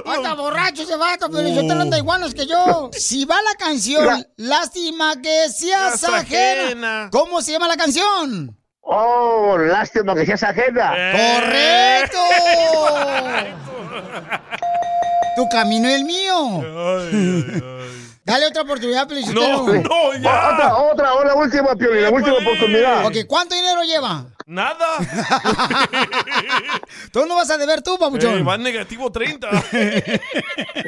Speaker 2: ¡Hasta borracho ese vato, pero yo te lo anda iguanos que yo. Si va la canción,
Speaker 15: La-
Speaker 2: lástima que seas
Speaker 15: Seas
Speaker 2: ajena.
Speaker 15: ajena.
Speaker 2: ¿Cómo se llama la canción?
Speaker 15: Oh, lástima que seas ajena.
Speaker 7: Eh.
Speaker 2: ¡Correcto! tu camino y el mío. Dale otra oportunidad, Felicitero.
Speaker 15: O- Otra, otra, o la última, Piolín, la última
Speaker 2: pues.
Speaker 15: oportunidad.
Speaker 2: Ok, ¿cuánto dinero lleva?
Speaker 4: Nada.
Speaker 2: Tú no vas a deber tú,
Speaker 4: Eh,
Speaker 2: papuchón.
Speaker 4: va en negativo 30.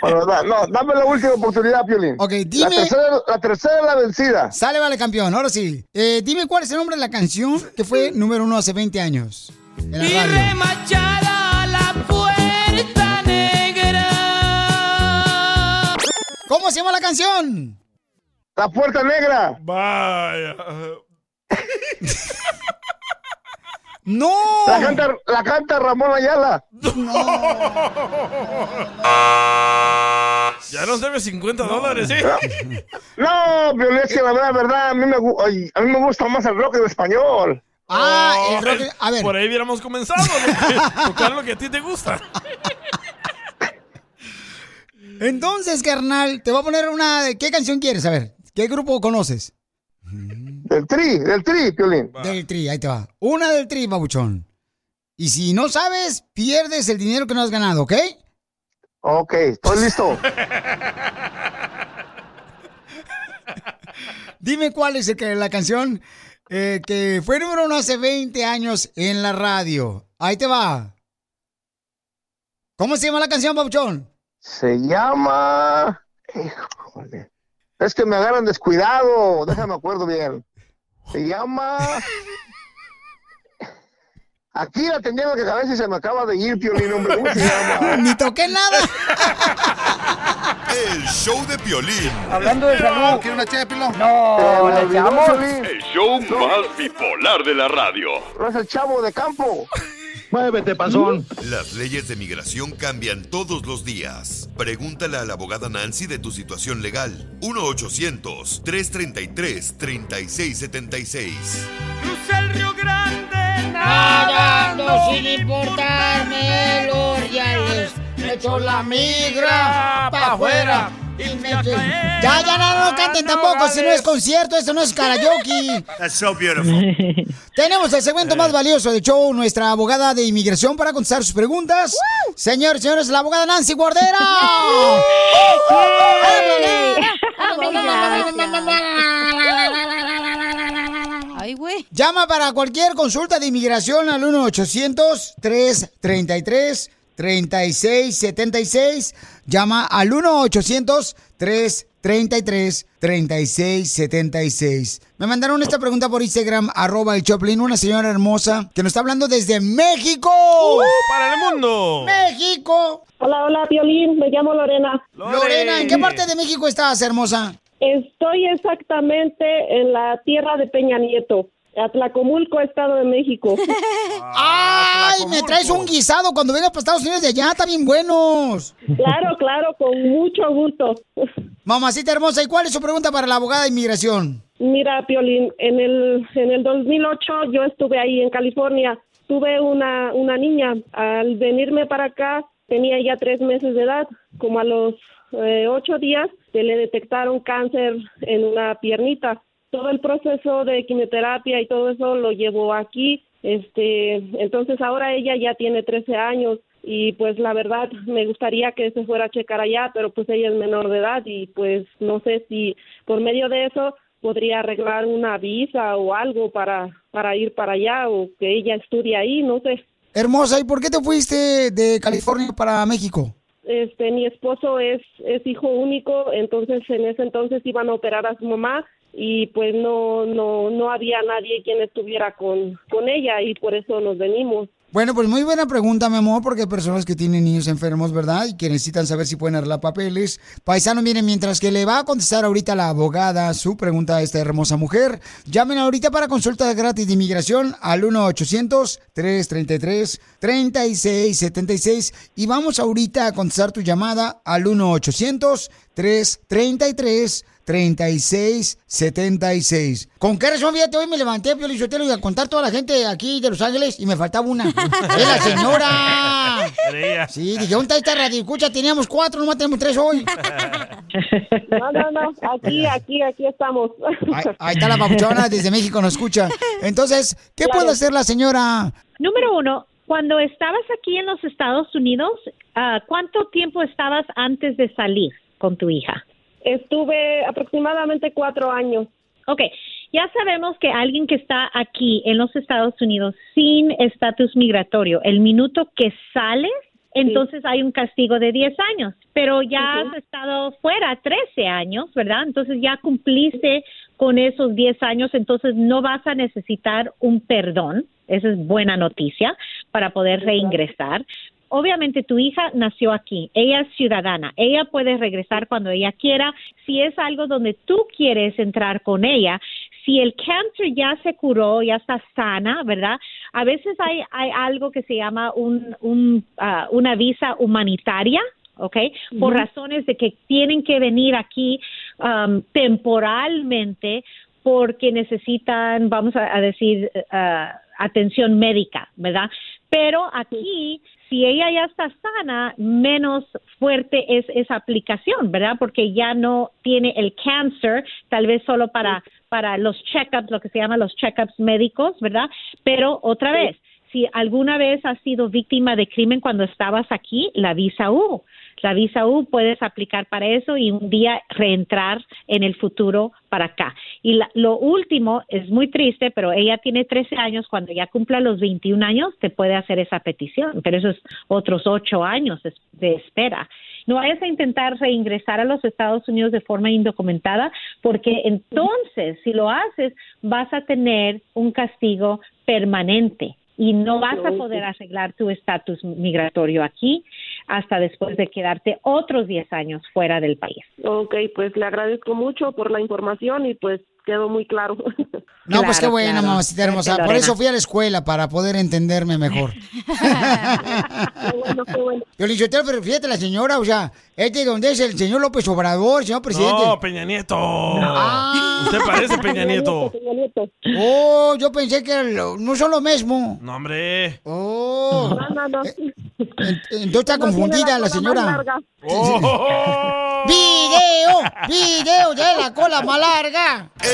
Speaker 15: Bueno, da- no, dame la última oportunidad, Piolín.
Speaker 2: Ok, dime.
Speaker 15: La tercera, la tercera es la vencida.
Speaker 2: Sale, vale, campeón. Ahora sí. Eh, dime cuál es el nombre de la canción que fue número uno hace 20 años. En la
Speaker 7: Y
Speaker 2: radio.
Speaker 7: remachada a la puerta negra.
Speaker 2: ¿Cómo se llama la canción?
Speaker 15: La puerta negra.
Speaker 4: Vaya.
Speaker 2: ¡No!
Speaker 15: La canta, la canta Ramón Ayala.
Speaker 4: Ya nos debe 50 dólares, ¿eh?
Speaker 15: No, Piolín, es que la verdad, verdad, a mí me, gu- ay, a mí me gusta más el rock en español.
Speaker 2: Ah,
Speaker 4: Oh,
Speaker 2: el rock-
Speaker 4: eh,
Speaker 2: a ver.
Speaker 4: Por ahí hubiéramos comenzado. ¿no? Tocar lo que a ti te gusta.
Speaker 2: Ah, Entonces, carnal, te voy a poner una. de- ¿Qué canción quieres? A ver, ¿qué grupo conoces?
Speaker 15: Del tri, del tri, Piolín.
Speaker 2: Del tri, ahí te va. Una del tri, babuchón. Y si no sabes, pierdes el dinero que no has ganado, ¿ok?
Speaker 15: Ok, estoy listo.
Speaker 2: Dime cuál es el que- la canción eh, que fue número uno hace 20 años en la radio. Ahí te va. ¿Cómo se llama la canción, Papuchón?
Speaker 15: Se llama. Híjole. Es que me agarran descuidado. Déjame acuerdo bien. Se llama. Aquí la tenía en la cabeza y se me acaba de ir, Piolín, hombre. ¿Cómo se llama?
Speaker 2: Ni toqué nada.
Speaker 6: El show de Piolín.
Speaker 8: Hablando de salud.
Speaker 6: ¿Quieres una chépilo?
Speaker 8: No,
Speaker 6: ¿le echamos?
Speaker 8: El show más bipolar de la radio.
Speaker 15: Es el chavo de campo.
Speaker 6: Muévete,
Speaker 15: panzón.
Speaker 6: Las leyes de migración cambian todos los días. Pregúntale a la abogada Nancy de tu situación legal. 1-800-333-3676.
Speaker 29: Crucé el Río Grande
Speaker 2: Nadando sin importarme los reales. Me echó la migra pa' afuera. Y me eché- Ya, ya, no, no canten tampoco. Si no es concierto, esto no es karaoke.
Speaker 31: That's so beautiful.
Speaker 2: Tenemos el segmento más valioso del show, nuestra abogada de inmigración para contestar sus preguntas. Señores, señores, la abogada Nancy Guardera.
Speaker 5: Ay, güey.
Speaker 2: Llama para cualquier consulta de inmigración al 1-800-333-3676. Llama al 1-800-333-3676. Me mandaron esta pregunta por Instagram, arroba el Choplin, una señora hermosa que nos está hablando desde México.
Speaker 4: ¡Uh! ¡Para el mundo!
Speaker 2: México.
Speaker 20: Hola, hola, Violín. Me llamo Lorena.
Speaker 2: Lorena, ¿en qué parte de México estás, hermosa?
Speaker 20: Estoy exactamente en la tierra de Peña Nieto, Atlacomulco, Estado de México.
Speaker 2: ¡Ay, me traes un guisado cuando vengas para Estados Unidos de allá! ¡Está bien buenos!
Speaker 20: Claro, claro, con mucho gusto.
Speaker 2: Mamacita hermosa, ¿y cuál es su pregunta para la abogada de inmigración?
Speaker 20: Mira, Piolín, en el, en el 2008 yo estuve ahí en California. Tuve una, una niña. Al venirme para acá tenía ya tres meses de edad. Como a los eh, ocho días se le detectaron cáncer en una piernita. Todo el proceso de quimioterapia y todo eso lo llevó aquí. Este, entonces ahora ella ya tiene 13 años y pues la verdad me gustaría que se fuera a checar allá, pero pues ella es menor de edad y pues no sé si por medio de eso podría arreglar una visa o algo para para ir para allá o que ella estudie ahí, no sé.
Speaker 2: Hermosa, ¿y por qué te fuiste de California para México?
Speaker 20: Este, mi esposo es es hijo único, entonces en ese entonces iban a operar a su mamá y pues no no no había nadie quien estuviera con con ella y por eso nos venimos.
Speaker 2: Bueno, pues muy buena pregunta, mi amor, porque hay personas que tienen niños enfermos, ¿verdad? Y que necesitan saber si pueden arreglar papeles. Paisano, miren, mientras que le va a contestar ahorita la abogada su pregunta a esta hermosa mujer, llamen ahorita para consulta gratis de inmigración al 1-800-333-3676 y vamos ahorita a contestar tu llamada al 1-800-333-3676. 3676. ¿Con qué razón? Fíjate, hoy me levanté, Pio Lizotelo, y a contar toda la gente aquí de Los Ángeles y me faltaba una. ¡Es la señora! Sí, dije, ¿dónde está esta radio? Escucha, teníamos cuatro, nomás tenemos tres hoy.
Speaker 20: No, no, no, aquí aquí aquí estamos.
Speaker 2: Ahí, ahí está la papuchona, desde México nos escucha. Entonces, ¿qué
Speaker 21: Claro.
Speaker 2: puede hacer la señora?
Speaker 21: Número uno, cuando estabas aquí en los Estados Unidos, ah, ¿cuánto tiempo estabas antes de salir con tu hija?
Speaker 20: Estuve aproximadamente cuatro años.
Speaker 21: Ok, ya sabemos que alguien que está aquí en los Estados Unidos sin estatus migratorio, el minuto que sales, entonces hay un castigo de 10 años, pero ya has estado fuera 13 años, ¿verdad? Entonces ya cumpliste con esos 10 años, entonces no vas a necesitar un perdón. Esa es buena noticia para poder reingresar. Obviamente tu hija nació aquí, ella es ciudadana, ella puede regresar cuando ella quiera, si es algo donde tú quieres entrar con ella, si el cáncer ya se curó, ya está sana, ¿verdad? A veces hay, hay algo que se llama un, un, ah, una visa humanitaria, ¿ok? Por Ujú. razones de que tienen que venir aquí am, temporalmente porque necesitan, vamos a, a decir, eh, ah, atención médica, ¿verdad? Pero aquí, si ella ya está sana, menos fuerte es esa aplicación, ¿verdad? Porque ya no tiene el cáncer, tal vez solo para para los checkups, lo que se llama los checkups médicos, ¿verdad? Pero otra vez, si alguna vez has sido víctima de crimen cuando estabas aquí, la visa U. La visa U puedes aplicar para eso y un día reentrar en el futuro para acá. Y la- lo último es muy triste, pero ella tiene 13 años. Cuando ya cumpla los 21 años, te puede hacer esa petición, pero eso es otros 8 años es- de espera. No vayas a intentar reingresar a los Estados Unidos de forma indocumentada, porque entonces, si lo haces, vas a tener un castigo permanente y no vas a poder arreglar tu estatus migratorio aquí hasta después de quedarte otros 10 años fuera del país.
Speaker 20: Ok, pues le agradezco mucho por la información y pues quedó muy claro.
Speaker 2: No, pues qué buena,
Speaker 20: claro.
Speaker 2: mamacita hermosa.
Speaker 20: Vete,
Speaker 2: Por
Speaker 20: Lorena.
Speaker 2: eso fui a la escuela, para poder entenderme mejor. Yo le dije, pero fíjate la señora, o sea, este donde es el señor López Obrador, señor presidente. Ah.
Speaker 4: No, Peña Nieto. Usted parece Peña Nieto.
Speaker 2: Oh, yo pensé que era lo- no son lo mismo.
Speaker 4: No, hombre.
Speaker 2: Oh. Eh, en- Entonces está confundida la, señora.
Speaker 4: Oh.
Speaker 2: ¡Video! ¡Video de la cola más larga!